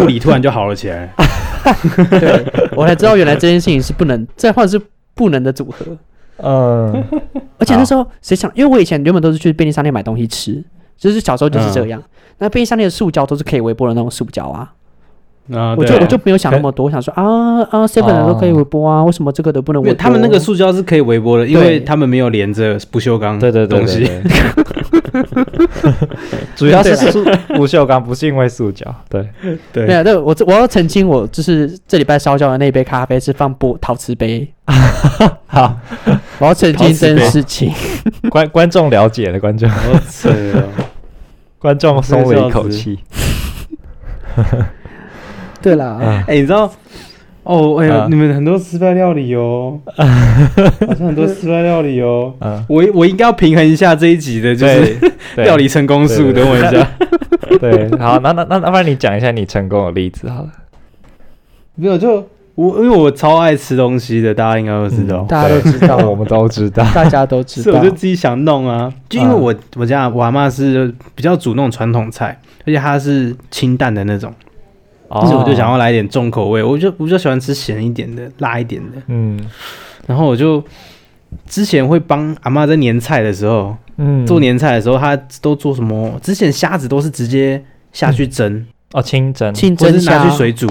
C: 物理突然就好了起来，
A: [LAUGHS] 对我才知道原来这件事情是不能，这或者是不能的组合。
B: 嗯，
A: 而且那时候谁想，因为我以前原本都是去便利商店买东西吃，就是小时候
C: 嗯
A: 就是这样。那便利商店的塑胶都是可以微波的那种塑胶啊，
C: 啊，
A: 我
C: 对
A: 就
C: 啊
A: 我就没有想那么多，我想说啊啊 seven 的都可以微波啊，为什么这个的不能
C: 没
A: 微
C: 有
A: 波？
C: 他们那个塑胶是可以微波的，因为
A: 对
C: 他们没有连着不锈钢
B: 对对对
C: 东
B: 对
C: 西。
B: 对。 [LAUGHS] 主要是塑
C: 啊
B: 不锈钢，不是因为塑胶。对，
C: [LAUGHS] 对
A: 没有，对我这我要澄清，我就是这礼拜烧焦的那杯咖啡是放玻陶瓷杯，
C: [LAUGHS]
B: 好，
A: 我要澄清
C: 陶瓷
A: 这
C: 杯
A: 件事情。
B: 观观众了解了，观众
C: 好扯哦！
B: 观众松了一口气。
A: 对啦，
B: 啊
C: 哎，你知道？哦，哎
B: 啊
C: 呦，你们很多失败料理 [LAUGHS] 哦，好像很多失败料理哦。
B: 嗯，
C: 我我应该要平衡一下这一集的，就是 [LAUGHS]
B: 对
C: 料理成功数。
B: 对对
C: 等我一下，
B: 对，好，那那那那不然你讲一下你成功的例子好了。
C: [LAUGHS] 没有就我，因为我超爱吃东西的，大家应该都知道
B: 嗯。
A: 大家都知道
C: [LAUGHS]
B: 对我 [LAUGHS] 们都知道。
A: 大家都知
C: 是，
A: 道
C: 我，就自己想弄啊，就因为我、我家我阿妈是比较煮那种传统菜，而且她是清淡的那种，
B: 哦
C: 但是我就想，要来一点重口味，我就我就喜欢吃咸一点的、辣一点的，
B: 嗯
C: 然后我就之前会帮阿妈在年菜的时候、
B: 嗯，
C: 做年菜的时候，她都做什么？之前虾子都是直接下去蒸，
B: 哦，清蒸，
A: 清
C: 或
A: 嗯蒸
C: 者是拿
A: 虾
C: 去水煮。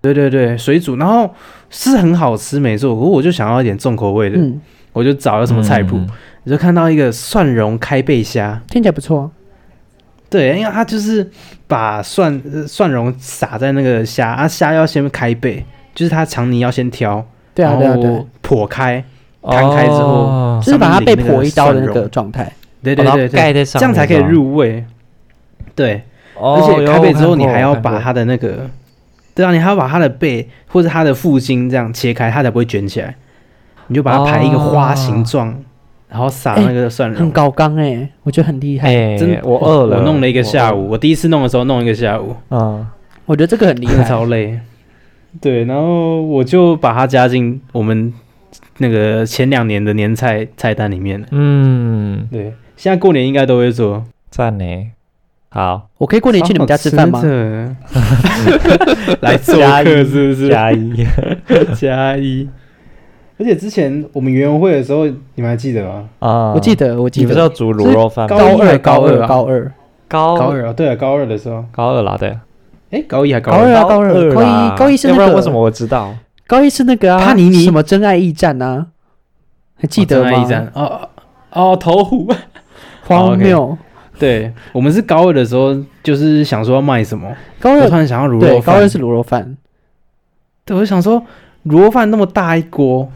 C: 对对对，水煮，然后是很好吃，没错。可是我就想要一点重口味的，
A: 嗯，
C: 我就找了什么菜谱，
B: 嗯
C: 我就看到一个蒜蓉开背虾，
A: 听起来不错啊。
C: 对，因为它就是把蒜呃蒜蓉撒在那个虾，啊虾要先开背，就是它肠泥要先挑，
A: 对啊，对啊，
C: 然
A: 对啊
C: 后，哦剖开，摊
B: 摊
C: 开之后
B: 后
A: 就是把它被剖一刀的那
C: 上面淋那
A: 个
C: 个
A: 状态。
C: 对对对对，
B: 哦盖
C: 这
B: 在上面，
C: 样才可以入味。对，
B: 哦。
C: 而且开背之后，你
B: 有
C: 还要
B: 我看过
C: 把它的那个，对啊，你还要把它的背或者它的腹筋这样切开，它才不会卷起来。你就把它排一个花形状，然后撒那个蒜蓉。
A: 很高刚哎，我觉得很厉害。
B: 哎，
C: 真
B: 我饿了，
C: 我弄了一个下午。我第一次弄的时候弄一个下午，
B: 我饿了，嗯
A: 我觉得这个很厉
C: 真的
A: 害。
C: [LAUGHS] 超累。对，然后我就把它加进我们那个前两年的年菜菜单里面了。
B: 嗯嗯，
C: 对，现在过年应该都会做。
B: 赞呢。好，
A: 我可以过年去你们家吃饭吗
C: 好？吃哦的来做客是不是？[LAUGHS]
B: 加一，
C: 加一。而且之前我们园游会的时候，你们还记得吗？
B: 啊，
A: 我记得，我记
B: 你不是
A: 得
B: 要煮卤肉饭吗？
A: 高
C: 高一
A: 二、
C: 还
A: 高
C: 高二
A: 二、
C: 啊
A: 高二、
B: 高
C: 高二啊，对啊，高二的时候，
B: 高二啦，对，
C: 哎，高一还高
A: 高
C: 二？
A: 二啊
B: 哦高
A: 二高
B: 啦
A: 一高一是那
B: 要
A: 个
B: 不然为什么我知道？
A: 高一是那个啊，
C: 帕尼尼
A: 什么真爱驿站啊，还记得
C: 哦真爱一
A: 吗？
C: 战哦哦哦，投壶。
A: 荒
C: 哦
A: 谬。
C: [LAUGHS] 对，我们是高二的时候，就是想说要卖什么，
A: 高
C: 我突
A: 二
C: 然想要卤
A: 对
C: 肉
A: 高
C: 饭
A: 二，是卤肉饭，
C: 对，我就想说卤肉饭那么大一锅，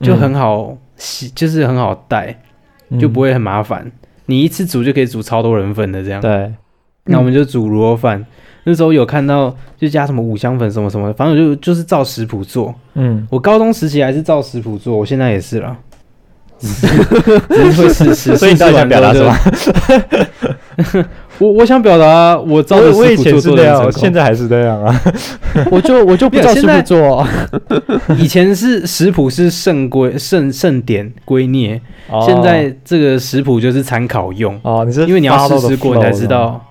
B: 嗯
C: 就很好洗，就是很好带，就不
B: 会
C: 会很麻烦。你一次煮就可以煮超多人份的这样。
B: 嗯对，
C: 那我们就煮卤肉饭。那时候有看到就加什么五香粉什么什么的，反正我就就是照食谱做。
B: 嗯，
C: 我高中时期还是照食谱做，我现在也是了。 [LAUGHS] 只是会试吃，
B: 所以你到底想表达什么？
C: [LAUGHS] 我我想表达，我照着
B: 我我
C: 食
B: 以
C: 谱
B: 前
C: 做
B: 是
C: 做
B: 那
C: 的
B: 样，
C: 很
B: 现
C: 成功。
B: 在还是那样啊。
A: 我就我就不
C: 没有
A: 照师
C: 现
A: 傅
C: 在
A: 做哦，
C: 以前是食谱是圣规圣圣典圭臬，
B: 哦
C: 现在这个食谱就是参考用，
B: 哦，你是
C: 因为你要试
B: follow the
C: 吃过你
B: flow
C: 才知
B: 的。
C: 道。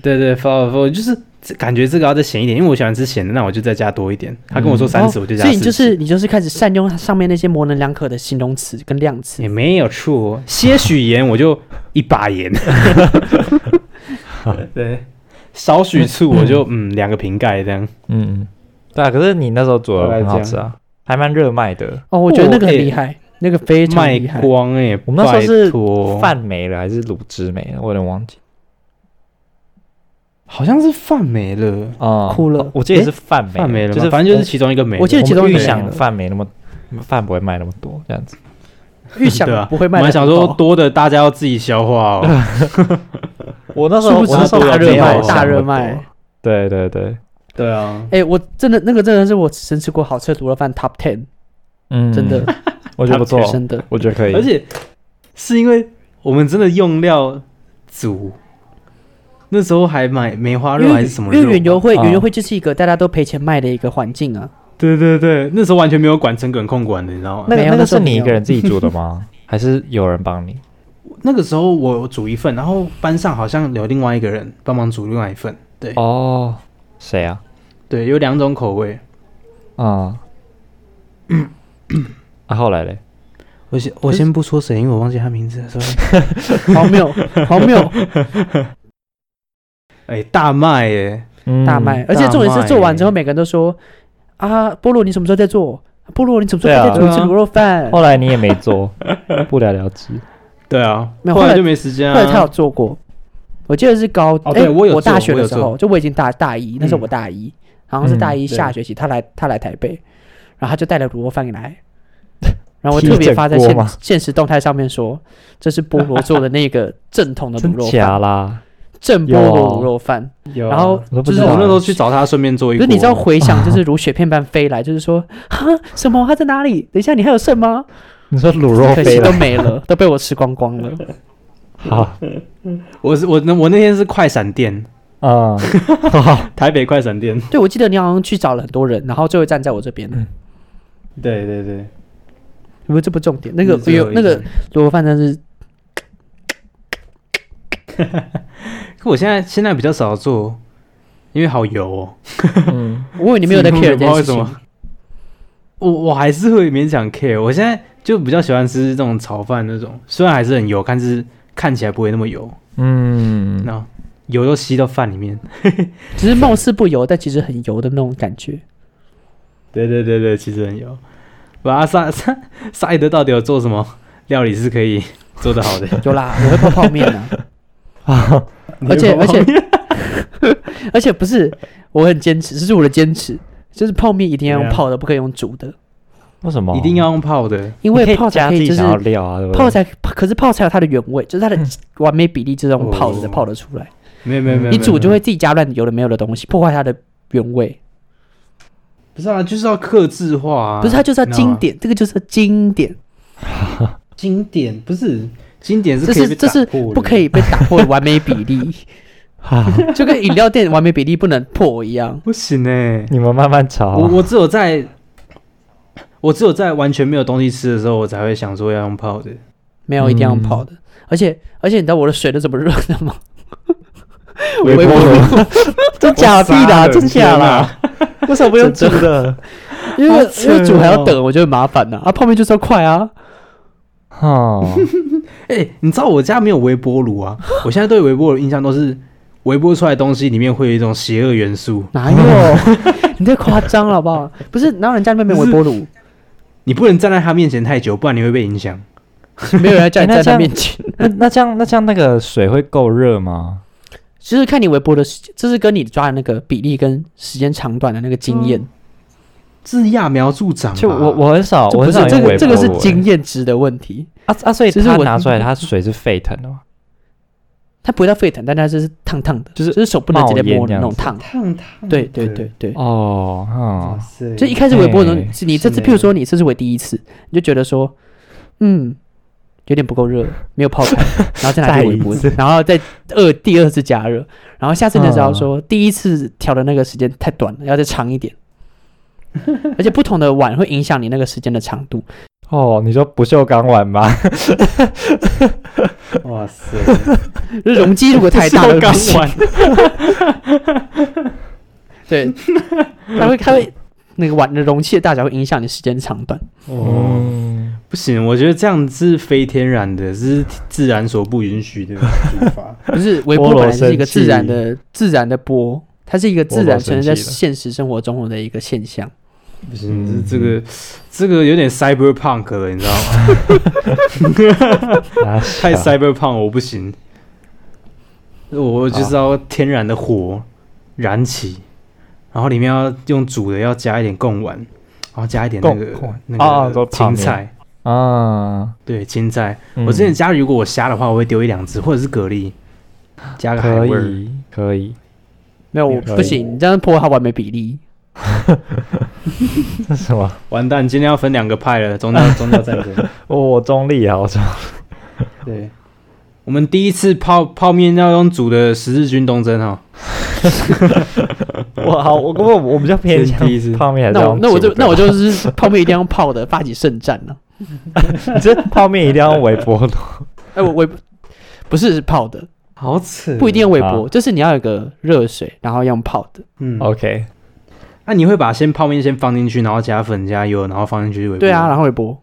C: 对对，follow follow 就是这感觉这个要再咸一点，因为我喜欢吃咸的，那我就再加多一点。他跟我说
B: 嗯
C: 三十，我就加40。
A: 哦所以你就是你就是开始善用它上面那些模棱两可的形容词跟量词
C: 也，没有错，些许盐我就一把盐， [LAUGHS] 对，少许醋我就嗯两个瓶盖这样。
B: 嗯，嗯对啊，可是你那时候煮的
C: 大概
B: 很好
C: 这样
B: 吃啊，还蛮热卖的。
A: 哦，我觉得那个很
C: 我也
A: 厉害，那个非常
C: 哎卖
A: 厉害。
C: 光哎、欸，
B: 我们那时候是
C: 拜托
B: 饭没了还是卤汁没了，我有点忘记
C: 好像是饭没了，
B: 啊。
A: 哭了
B: 我记得是饭没
C: 饭没了吗，
B: 就是
C: 反正就是其中一个没了。
A: 我记得其中
B: 我
A: 一
B: 们
A: 个
B: 预
A: 没
B: 想
A: 了
B: 饭没那么饭不会卖那么多这样子。
A: 预
C: 对
A: 想
C: 啊
A: 不会卖得
C: 我们
A: 很
C: 想
A: 高，
C: 说多的大家要自己消化哦。
B: 我那时候
A: 殊不知
B: 我那时候
C: 大
B: 还
C: 热
B: 没有
C: 卖
B: 想
C: 大
B: 那么
A: 热
B: 多
A: 卖。
B: 对对对，
C: [LAUGHS] 对啊，
A: 哎、我真的那个真的是我只吃过好吃的卤肉饭 Top Ten，
B: 嗯，
A: 真的， [LAUGHS]
B: 我觉得不错，
A: 真的。
B: 我觉得可以。
C: 而且是因为我们真的用料足，那时候还买梅花
A: 因
C: 肉还
A: 为
C: 是什么
A: 因为
C: 肉
A: 园游
C: 吧？
A: 会，
B: 啊
A: 园游会就是一个大家都赔钱卖的一个环境啊。
C: 对对对，那时候完全没有管城管控管的，你知道吗？
B: 那个
A: 没有
B: 那
A: 那
B: 个
A: 时候
B: 是你
A: 没
B: 一
A: 有
B: 个人自己煮的吗？还是有人帮你？
C: 那个时候我煮一份，然后班上好像有另外一个人帮忙煮另外一份。对、
B: 哦，谁啊？
C: 对，有两种口味。
B: 啊， [COUGHS] 啊，后来嘞？
C: 我先我先不说谁，因为我忘记他名字 [LAUGHS] 了。所以
A: 荒谬，荒谬，
B: 嗯
C: 哎、大麦耶，
B: 嗯
A: 大卖！而且重点是做完之后，每个人都说：“啊，菠萝，你什么时候再做？菠萝，你什么时候
B: 对啊
A: 再做一次
C: 对啊
A: 卤肉饭
B: 后来你也没 [LAUGHS] 做，不了了之。
C: 对啊，
A: 没有
C: 后
A: 后来
C: 来就没时？”间
A: 后
C: 啊。
A: 来他有做过，我记得是高
C: 哦
A: 哎
C: 对我有
A: 我大
C: 做
A: 学
C: 我
A: 的
C: 有
A: 时
C: 做
A: 候，就我已经大大一，那时候
C: 嗯
A: 我大一，好像是大一
C: 嗯
A: 下学期，他来他来台北，然后他就带了卤肉饭来。然后我
B: 踢
A: 特别
B: 整
A: 发在
B: 锅
A: 现
B: 吗
A: 现实动态上面说，这是菠萝做的那个正统的卤
B: 真
A: 肉饭
B: 假，啦？
A: 正菠
B: 有
A: 萝卤肉饭。
C: 有啊
A: 然后
B: 我都
A: 就
B: 不知
A: 是
C: 我
B: 道
A: 我
C: 那时候去找他，顺便做一
A: 可
C: 锅。
A: 是你知道回想，就是如雪片般飞来，就是说，哈，什么？它在哪里？等一下，你还有剩吗？
B: 你说卤 [LAUGHS] 肉
A: 可惜
B: 飞
A: 都
B: 了？
A: 没了，都被我吃光光了。
B: 好
C: 我是我那我那天是快闪店，
B: 啊，好
C: 台北快闪店。
A: 对，我记得你好像去找了很多人，然后最后站在我这边。
B: 嗯
C: 对对对，
A: 不过这不重点，那个
C: 最
A: 有
C: 后一
A: 那个
C: 站，
A: 卤肉饭真是
C: 可我现在现在比较少做，因为好油哦。
B: 嗯
A: 我以为你没有在
C: 自己 [LAUGHS]
A: care 这
C: 弄的
A: 件事
C: 不知道为
A: 情
C: 什。我我还是会勉强 care。我现在就比较喜欢吃这种炒饭那种，虽然还是很油，但是看起来不会那么油。
B: 嗯，
C: 那油都吸到饭里面。
A: 只是貌似不油，但其实很油的那种感觉。
C: 对对对对，其实很油。不啊，沙沙沙伊德到底有做什么料理是可以做得 [LAUGHS] 好的？
A: 有啦，我会泡泡面啊，
B: 啊，
A: 而且而
C: [LAUGHS]
A: 且而且不 [LAUGHS] 是，我很坚持，这是我的坚持，就是泡面一定要用
C: 对啊
A: 泡的，不可以用煮的，
B: 为什么
C: 一定要用泡的，
A: 因
B: 你可
A: 为
B: 以
A: 泡才
B: 加
A: 可
B: 自
A: 以
B: 己
A: 就是
B: 想要料啊，对不对
A: 泡才，可是泡才有它的原味，就是它的完美比例，就是用泡的
C: 哦
A: 泡的出来。
C: 没有没有没有，
A: 你
C: 没有
A: 煮就会自己加乱有的没有的东西，破坏它的原味。
C: 不是啊，就是要克制化啊。
A: 不是，它就是要
C: 你知道吗
A: 经，典，这个就是要经典，
C: 经典不是经典是
A: 这
C: 可以
A: 是
C: 被
A: 这是
C: 打破的
A: 不可以被打破的完美比
B: [LAUGHS]
A: 例，就跟饮料店完美比例不能破一样。
C: 不行哎、
B: [LAUGHS] 你们慢慢炒
C: 我
B: 啊。
C: 我只有在，我只有在完全没有东西吃的时候，我才会想说要用泡的。
A: 没有一定要
B: 嗯
A: 泡的。而且而且你知道我的水都怎么热的吗？
B: [LAUGHS] 微
A: 微
B: 波
A: 波
B: [LAUGHS] 炉，真假屁啦，真假
A: 啊
B: 啦，
C: 啦！
B: 为什么不用煮的？
A: 因为、
C: 好扯
A: 因为煮还要
C: 哦
A: 等，我觉得很麻烦呐、啊。泡面就是要快啊，
B: 哦，
C: 哎、你知道我家没有微波炉 [LAUGHS] 啊？我现在对微波炉的印象都是微波出来的东西里面会有一种邪恶元素。
A: 哪
B: [LAUGHS]
A: 有？你太夸张了好不好？不是，哪有人家那边没有微波炉？
C: 你不能站在他面前太久，不然你会被影响。
A: 没有人叫你
B: [LAUGHS] 哎
A: 站
B: 那这
A: 在
B: 样
A: 面前。
B: 那那这样那这样那个水会够热吗？
A: 其实看你微波的时，这是跟你抓的那个比例跟时间长短的那个经验。
C: 这是揠苗助长吧。
B: 就我我很少，
A: 这
B: 我
A: 不
B: 很
A: 是
B: 少
A: 这
B: 用
A: 个
B: 微波炉
A: 这个是
B: 欸
A: 经验值的问题，
B: 啊啊，所以
A: 其实
B: 它
A: 我
B: 拿出来，它水是沸腾的吗？
A: 它不会到沸腾，但它就是烫烫的，
B: 就是
A: 就是手不能直接
B: 冒烟
A: 摸那
B: 这样
A: 种
B: 子
A: 烫。
C: 烫烫。
A: 对对对，对，
B: 哦，
C: 哇
B: 嗯，
C: 塞！
A: 就一开始微波炉
B: 哎，
A: 是你这次，
C: 是
A: 譬如说你这是我第一次，你就觉得说，嗯，有点不够热，没有泡开，然后再拿去微波
B: [LAUGHS] 再一次，
A: 然后再二第二次加热，然后下次你就知道
B: 哦
A: 说，第一次调的那个时间太短了，要再长一
B: [LAUGHS]
A: 点。而且不同的碗会影响你那个时间的长度，
B: 哦，你说不锈钢碗吗？
C: 哇塞！ [LAUGHS]
A: 就是容积如果太大了不行。对， [LAUGHS] 它会它会那个碗的容器的大小会影响你时间长
B: [LAUGHS]
A: 短。
C: 哦，
B: 嗯，
C: 不行，我觉得这样是非天然的，这是自然所不允许的做 [LAUGHS] 法。
A: 不是微波
B: 菠萝
A: 本来是一个
B: 生气
A: 自然的自然的波，它是一个自然存在
B: 菠萝生气了
A: 现实生活中的一个现象。
C: 不行，这这个这个有点 cyberpunk 了，你知道吗？
B: 啊 [LAUGHS]
C: 太
B: 小
C: cyberpunk 我不行，我就是要天然的火燃起，然后里面要用煮的，要加一点贡丸，然后加一点那
B: 贡
C: 个
B: 丸
C: 那
B: 啊说
C: 个
B: 泡
C: 青
B: 面
C: 菜，
B: 啊！
C: 对青菜。
B: 嗯
C: 我之前家里如果我虾的话，我会丢一两只，或者是蛤蜊，加个海
B: 可
C: 味儿。
B: 以可以，
A: 没有，
C: 也
A: 我
B: 可以
A: 不行，你这样破坏完美比例。
B: 这是什么？
C: 完蛋，今天要分两个派了，宗
B: [LAUGHS]
C: 教宗教战争。
B: 我我中立啊，我中
C: 对，我们第一次泡泡面要用煮的十字军东征哦哈，
B: 我好，我我我比较偏向
C: 这是第一次
B: 泡面还是
A: 那
B: 要
A: 我那我就
B: 煮的
A: 那我
B: [LAUGHS]
A: 就是泡面一定要泡的，发起圣战呢、
B: 你这泡面一定要用微波炉，
A: 哎，我微不是是泡的，
C: 好扯
A: 不一定要微波，
B: 好
A: 就是你要有个热水，然后用泡的。
C: 嗯，
B: OK，
C: 那、你会把先泡面先放进去，然后加粉加油，然后放进去微波？
A: 对啊，然，后微波。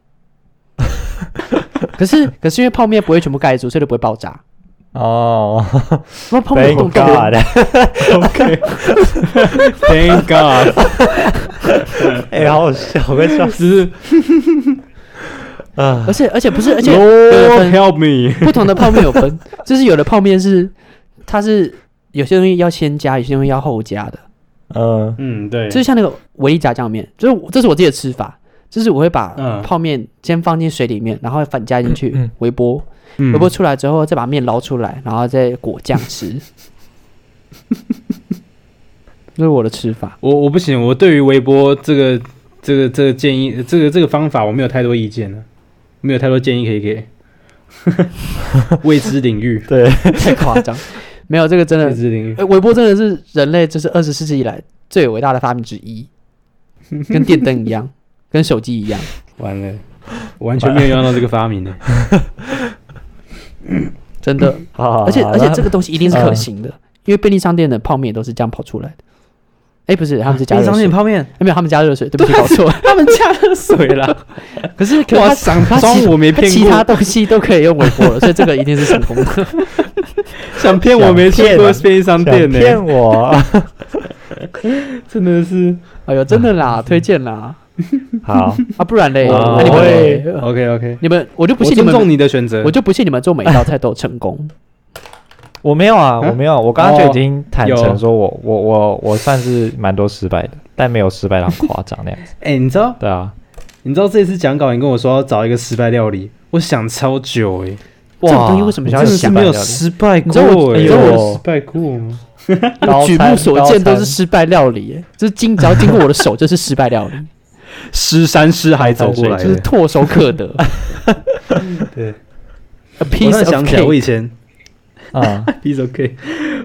A: [LAUGHS] 可是可是因为泡面不会全部盖住，所以就不会爆炸。
B: 哦
A: 那泡面
B: ，Thank
A: 冻冻的
B: God，
C: Thank God，
B: [LAUGHS] 哎，好好笑，啊我跟
A: [LAUGHS]
B: 你说，
C: 只
B: 啊
A: 而，且而且不是，而
C: 是
A: 且
C: Lord
A: 分
C: help me，
A: 不同的泡面有分， [LAUGHS] 就是有的泡面是它是有些东西要先加，有些东西要后加的。
B: 嗯
C: 嗯，对，
A: 就是像那个维力炸酱面，就是我这是我自己的吃法，就是我会把
C: 嗯
A: 泡面先放进水里面，然后反加进去
B: 嗯嗯
A: 微波，
C: 嗯
A: 微波出来之后再把面捞出来，然后再裹酱
C: [LAUGHS]
A: 吃。这是我的吃法，
C: 我我不行，我对于微波这个这个这个建议，这个这个方法我没有太多意见了，啊没有太多建议可以 [LAUGHS] 给。未知领
A: [LAUGHS]
C: 域，
B: 对，
C: [LAUGHS]
A: 太夸张。没有这个真
C: 未
A: 的，
C: 知领域，
A: 呃微波真的是人类就是二十世纪以来最伟大的发明之
C: [LAUGHS]
A: 一，跟电灯一样，跟手机一样。
C: 完了，我完全没有用到这个发明 [LAUGHS] 呢。
A: 真的，
B: 好
C: 啊
B: 好，
A: 而且
B: 好
A: 而且
B: 那
A: 这个东西一定是可行
C: 嗯
A: 的，因为便利商店的泡面也都是这样跑出来的。哎，不是，他们是加
C: 冰
A: 热
C: 箱
A: 水，
C: 泡面，
A: 哎没有，他们加热水，对不起，搞错了。
C: 他们加热 [LAUGHS] 水啦。
A: [LAUGHS] 可是可
C: 哇，
A: 是
C: 想
A: 他
C: 装我没
A: 他
C: 骗
A: 其
C: 过 [LAUGHS]
A: 他。东西都可以用微波了，所以这个一定是成功的。
C: 想骗我
A: 啊
C: 没去过便利商店
B: 想
C: 呢、
B: 骗我？ [LAUGHS]
C: 真的是
A: 哎呦，真的啦，推荐啦
B: 好，
A: 啊，不然嘞，
C: 嗯哦
A: 那你们嘞
B: 我
C: OK OK，
A: 你们我就不
C: 我
A: 信你
C: 尊
A: 们，
C: 重你的选择
A: 我。就不信你们做每一道菜都有成功。
B: 我没有
A: [LAUGHS]
B: 啊，
C: 嗯
B: 我没有，我刚刚就
C: 哦
B: 已经坦诚说我我我我算是蛮多失败的，但没有失败到很夸张
A: [LAUGHS]
B: 那样子。
C: 哎、你知道
B: 对啊，
C: 你知道这次讲稿，你跟我说要找一个失败料理，我想超久哎、
A: 这种东西为什么
B: 你
A: 想要
C: 真的
B: 真
C: 是
A: 想啊
C: 没
B: 的是
C: 有
B: 料理
C: 失败
A: 你
C: 过
A: 知道我
C: 哎、
B: 你知道我
C: 有失败过吗？ [LAUGHS]
A: 我举目所见都是
B: 失
A: 失败料理、欸，就是经只要经过我的手就是失败料理，
C: 哎尸山尸海走过来
A: 就是
C: 的。
A: 唾手可
C: [LAUGHS]
A: 得。
C: 对，
A: A
C: 我
A: piece
C: 突然
A: of
C: 想起来，我
A: cake，
C: 以前 [LAUGHS]
B: 啊
C: piece of cake，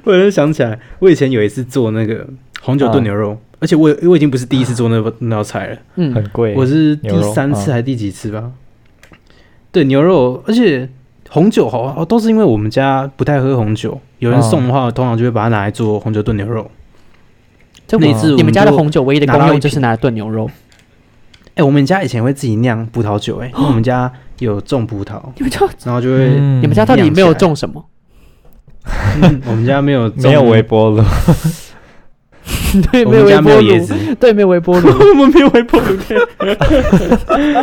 C: 我突然想起来，我以前有一次做那个红酒炖牛肉，而且我我已经不是第一次做那那道菜了。
A: 嗯
B: 很
A: [LAUGHS]
B: 贵。
C: 我是第
B: 牛肉
C: 三次
B: 嗯
C: 还是第几次吧？对，牛肉，而且红酒好哦好都是因为我们家不太喝红酒，有人
B: 嗯
C: 送的话，通常就会把它拿来做红酒炖牛肉。
A: 就
C: 那一次我
A: 你们家的
C: 就
A: 红酒唯一的
C: 拿到
A: 功
C: 一
A: 用
C: 瓶
A: 就是拿来炖牛肉，
C: 哎、我们家以前会自己酿葡萄酒、哎，因为我们家有种葡萄，
A: 你们家
C: 然后就会，
B: 嗯
A: 你们家到底
C: 嗯酿
A: 没有
C: 起来
A: 种什么？ [LAUGHS]
C: 嗯我们家没有种
B: 没有微，
A: [LAUGHS]
B: 波炉？
A: 对，
C: 我
A: 没有
C: 们
A: 微
C: 家没
A: 波
C: 有椰
A: 炉，
C: 子，
A: 对，没有微波
C: [LAUGHS]
A: 炉。
C: 我们没有微波炉片。 [LAUGHS]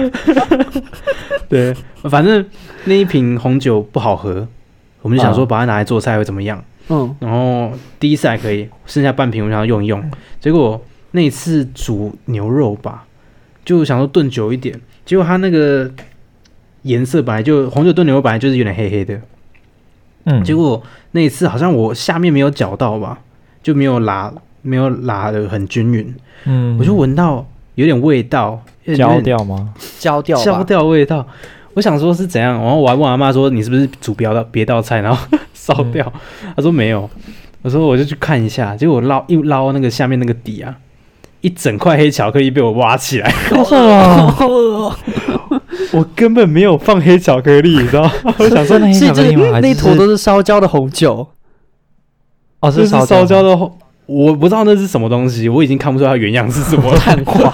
C: 对，反正那一瓶红酒不好喝，我们就想说
B: 啊
C: 把它拿来做菜会怎么样。
A: 嗯，
C: 然后第一次还可以，剩下半瓶我想要用一用。结果那一次煮牛肉吧，就想说炖久一点，结果它那个颜色本来就红酒炖牛肉本来就是有点黑黑的，
B: 嗯，
C: 结果那一次好像我下面没有搅到吧，就没有拉没有拉的很均匀，
B: 嗯
C: 我就闻到有点味道，有点
B: 焦掉 [LAUGHS] 吗？
A: 焦掉吧，
C: 消掉 [LAUGHS] 味道。我想说是怎样，然后我还问阿妈说你是不是煮别道别道菜，然后 [LAUGHS] 烧掉？
B: 嗯
C: 她说没有。我说我就去看一下，结果我捞一捞那个下面那个底啊，一整块黑巧克力被我挖起来，
B: 啊
C: [LAUGHS] 我根本没有放黑巧克力，你知道吗？
B: [LAUGHS] 我想
C: 哎
B: 说那
A: [LAUGHS] 所以这
B: 吗？
A: 那一坨都是烧焦的红
C: [LAUGHS]
A: 酒，
B: 哦
C: 这
B: 是
C: 是 [LAUGHS] 烧
B: 焦
C: 焦的后，我不知道那是什么东西，我已经看不出它原样是什么了。
A: 碳化，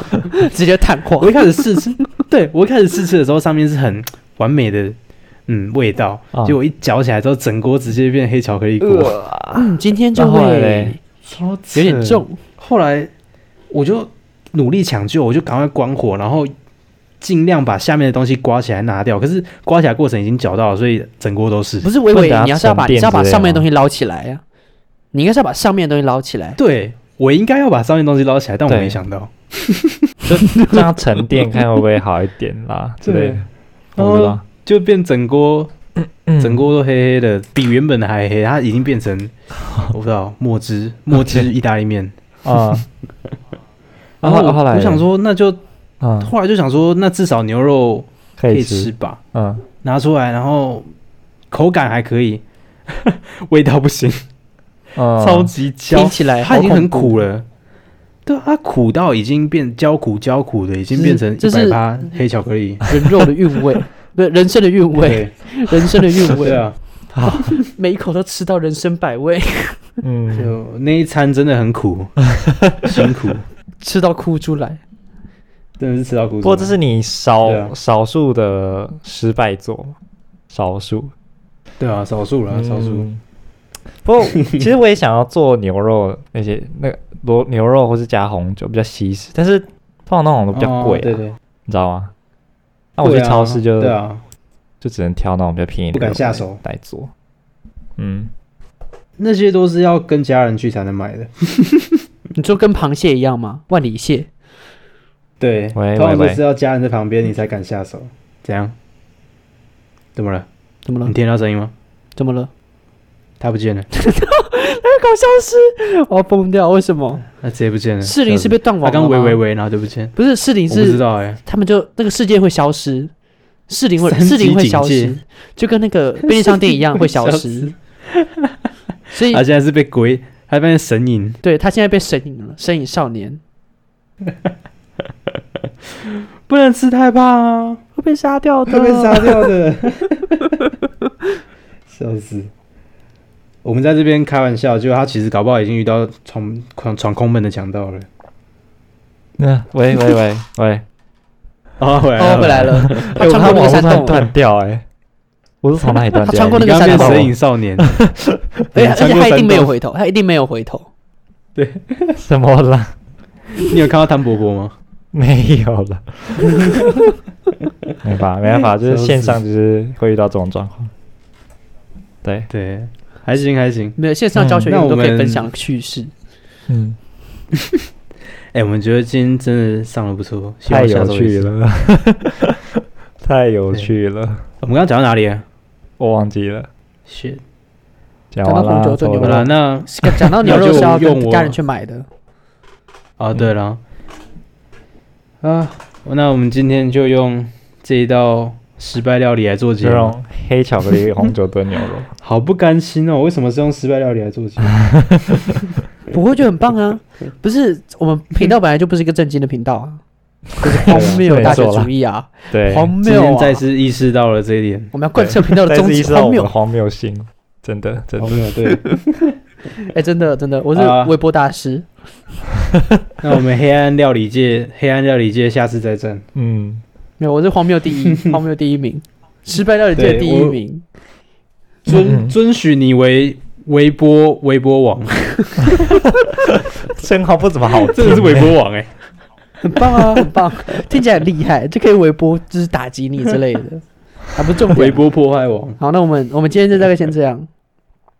A: 直接碳化
C: [LAUGHS] 我。一开始试吃，对我一开始试吃的时候，上面是很完美的嗯味道，
B: 啊呃
C: 结果一嚼起来之后，整锅直接变黑巧克力锅，
A: 嗯，今天就
B: 然后
A: 会
B: 嘞
C: 超
A: 有点
C: 扯
A: 重，
C: 后来我就努力抢救，我就赶快关火，然后尽量把下面的东西刮起来拿掉。可是刮起来过程已经搅到了，所以整锅都是。
A: 不是伟
B: 不
A: 伟
B: 能等，它
A: 你要是要把
B: 沉淀
A: 你是要把
B: 之类的
A: 上面的
B: 吗
A: 东西捞起来呀，你应该是要把上面的东西捞起来。
C: 对我应该要把上面东西捞起来，但我
B: 对
C: 没想到。
B: 让它沉淀，看会不会好一点
C: [LAUGHS]
B: 啦之类的。
C: 对哦
B: 我不知道，
C: 就变整锅，
B: 嗯
C: 整锅都黑黑的，比原本的还黑，它已经变成我不知道墨汁墨
B: [LAUGHS]
C: 汁意大利面。
B: 啊。
C: 然后
B: 啊
C: 我
B: 后来
C: 我想说，那就
B: 嗯，
C: 后来就想说，那至少牛肉
B: 可
C: 可
B: 以
C: 以吃
B: 吃，
C: 吧，
B: 嗯，
C: 拿出来，然后口感还可以， [LAUGHS] 味道不行。超
B: 超
C: 级
A: 听
C: 焦，
A: 起来
C: 它已经
A: 好
C: 很
A: 恐怖
C: [LAUGHS] 苦，了。对啊，它苦到已经变焦苦焦苦的，已经
A: 这
C: 变
A: 是
C: 成
A: 这
C: 一
A: 是嗯
C: 百八黑巧克力。
A: 人肉的韵味，不是人生的韵味，人生的韵
C: 对
A: 味，
C: 啊，
A: 每一口都吃到人生百味， [LAUGHS]
B: 嗯，
C: 就那一餐真的很苦，辛苦，
A: 吃到哭出来。
C: 真的是
A: [LAUGHS]
C: 吃到苦。
B: 不过这是你
C: 对啊
B: 少少数的失败作嘛，少数
C: 对啊，少数啦，少数。
B: 嗯不过其实我也想要做牛肉那些那个罗牛肉或是加红酒比较稀释，但是通常那种都比较贵
C: 哦
B: 啊，
C: 对对。
B: 你知道吗？那我去超市就
C: 对啊，
B: 就只能挑那种比较便宜
C: 不
B: 的，
C: 敢下手
B: 来做。嗯，
C: 那些都是要跟家人去才能买的。
A: 你说跟螃蟹一样吗？万里蟹，
C: 对，
B: 喂
C: 通常都
B: 喂
C: 是要家人在旁边你才敢下手。怎样？怎么了？
A: 怎么了
C: 你？听到声音吗？
A: 怎么了？
C: 他不见了，
A: 搞消失，我要疯掉！为什么？
C: 他直接不见了。
A: 士林是被断
C: 他
A: 网了
C: 刚
A: 吗？
C: 喂喂喂，然后就不见。
A: 不是士林
C: 我不知
A: 是
C: 道哎、
A: 他们就那个世界会消失，士林会
C: 三级
A: 士林会消
C: 警
A: 失，就跟那个便利商店一样会消失。所以
C: 他，啊现在是被鬼，他变成神隐，
A: 对他现在被神隐了，神隐少年
C: 不能吃太胖啊，
A: 会被杀掉
C: 会被
A: 的。
C: 杀掉的。 [LAUGHS] 笑死！我们在这边开玩笑，就他其实搞不好已经遇到闯闯闯空门的强盗了。
B: 那喂喂喂喂， [LAUGHS]
C: 啊，回来
A: 哦，回来，了，他
B: 哎，我
A: 穿过那
B: 看网
A: 个
B: 络
A: 山
B: 突然
A: 洞了，
B: 断掉，哎，我是从哪里断
A: 他
B: 掉？
A: 穿过那
C: 你
A: 个
B: 你
A: 山
C: 刚
B: 刚
C: 变
B: 刚
A: 洞
B: 问
C: 神
B: 我
C: 隐少 [LAUGHS] 年，
A: 啊而且
C: 你
A: 而
C: 穿
A: 且
C: 过
A: 他一
C: 山
A: 定没有
C: 洞
A: 回头，他一定没有回头。
B: 什么啦？ [LAUGHS]
C: 你有看到汤伯伯吗？
B: 没有 [LAUGHS] 了，没办法，没办法，就是线上就是会遇到这种状况。对，
C: 对，还行还行。
A: 没有线上教学，
C: 嗯那
A: 我们都可
C: 我
A: 以
C: 们
A: 分享趣事。
B: 嗯，
C: 哎、我们觉得今天真的上的不错，希
B: 太
C: 望下
B: 有
C: 周也
B: 趣
C: 是。
B: 了，太有趣了，
C: 我们刚刚讲到哪里啊？
B: 我忘记了，
C: 是，
B: 讲
A: 讲到
B: 完
A: 红
B: 啦
A: 酒炖
B: 错
A: 牛
C: 好
A: 肉
B: 了
C: 了，那
A: 讲到牛
C: [LAUGHS] 那
A: 肉
C: 就是
A: 要
C: 用
A: 跟
C: 我
A: 家人去买的，
B: 嗯
C: 哦对了，啊，那我们今天就用这一道失败料理来做结
B: 就
C: 尾。
B: 用黑巧克力红酒炖牛肉，
C: 好不甘心哦，为什么是用失败料理来做
B: [LAUGHS]
C: 结尾？
A: 不会就很棒啊！不是我们频道本来就不是一个正经的频道啊，就是荒
B: 对
A: 谬
B: 没
A: 大学
B: 错啦
A: 主义啊，
B: 对，
A: 荒
C: 今
A: 谬
C: 天
A: 啊！
C: 再次意识到了这一
B: [LAUGHS]
C: 点。
A: 我们要贯彻频道的
B: 再
A: 宗
B: 次意
A: 旨，
B: 识到
A: 荒
B: 我们
A: 谬
B: 的。荒谬性，真的真
C: 好
B: 的，
C: 哦没有对，
A: 哎，真的真的，我是
C: 啊
A: 微波大师。
C: 那我们黑暗料理界，黑暗料理界下次再战。
B: 嗯，
A: 没有，我是荒谬第
C: [LAUGHS]
A: 一，荒谬第一名，失败料理界的
C: 对
A: 第一
C: 我
A: 名。
B: 嗯
C: 尊遵许你为微波微波王，
B: 生蚝不怎么好听，
C: [LAUGHS] 真的是微波
B: [LAUGHS]
C: 王哎、
A: 很棒啊，很棒，听起来很厉害，就可以微波，就是打击你之类的，啊还不是重
C: 微
A: 点。
C: 波破坏王。
A: 好，那我们我们今天就大概先这样。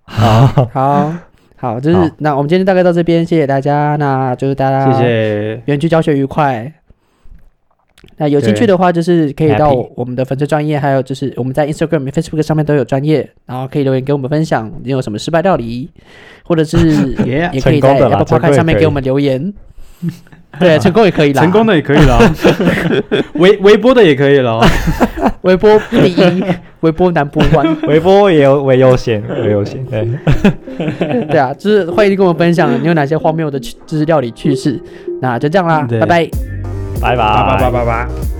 B: 好，
A: 好，好，就
B: 好
A: 是那我们今天大概到这边，谢谢大家，那就是大家
C: 谢谢，
A: 园区教学愉快。那有兴趣的话，就是可以到
B: Happy
A: 我们的粉丝专业，还有就是我们在 Instagram、Facebook 上面都有专业，然后可以留言给我们分享你有什么失败料理，或者
B: [LAUGHS]
A: 是
C: Yeah，
A: 也可以
B: 成
A: 在
B: 功的啦
A: Apple
B: 成功
A: Podcast
B: 也
A: 上面
B: 可以
A: 给我们留言。
B: [LAUGHS]
A: 对，成功也可以啦，
C: 成功的也可以啦，微微波的也可以啦。
A: 微波第一，微波南波
B: [LAUGHS]
A: 湾，
B: 微波也有为优先，为优先，对，
A: 对啊，就是欢迎跟我们分享你有哪些荒谬的趣，就是料理趣事。那就这样啦，
C: 对
A: 拜拜。
B: 拜拜
C: 叭叭叭叭叭。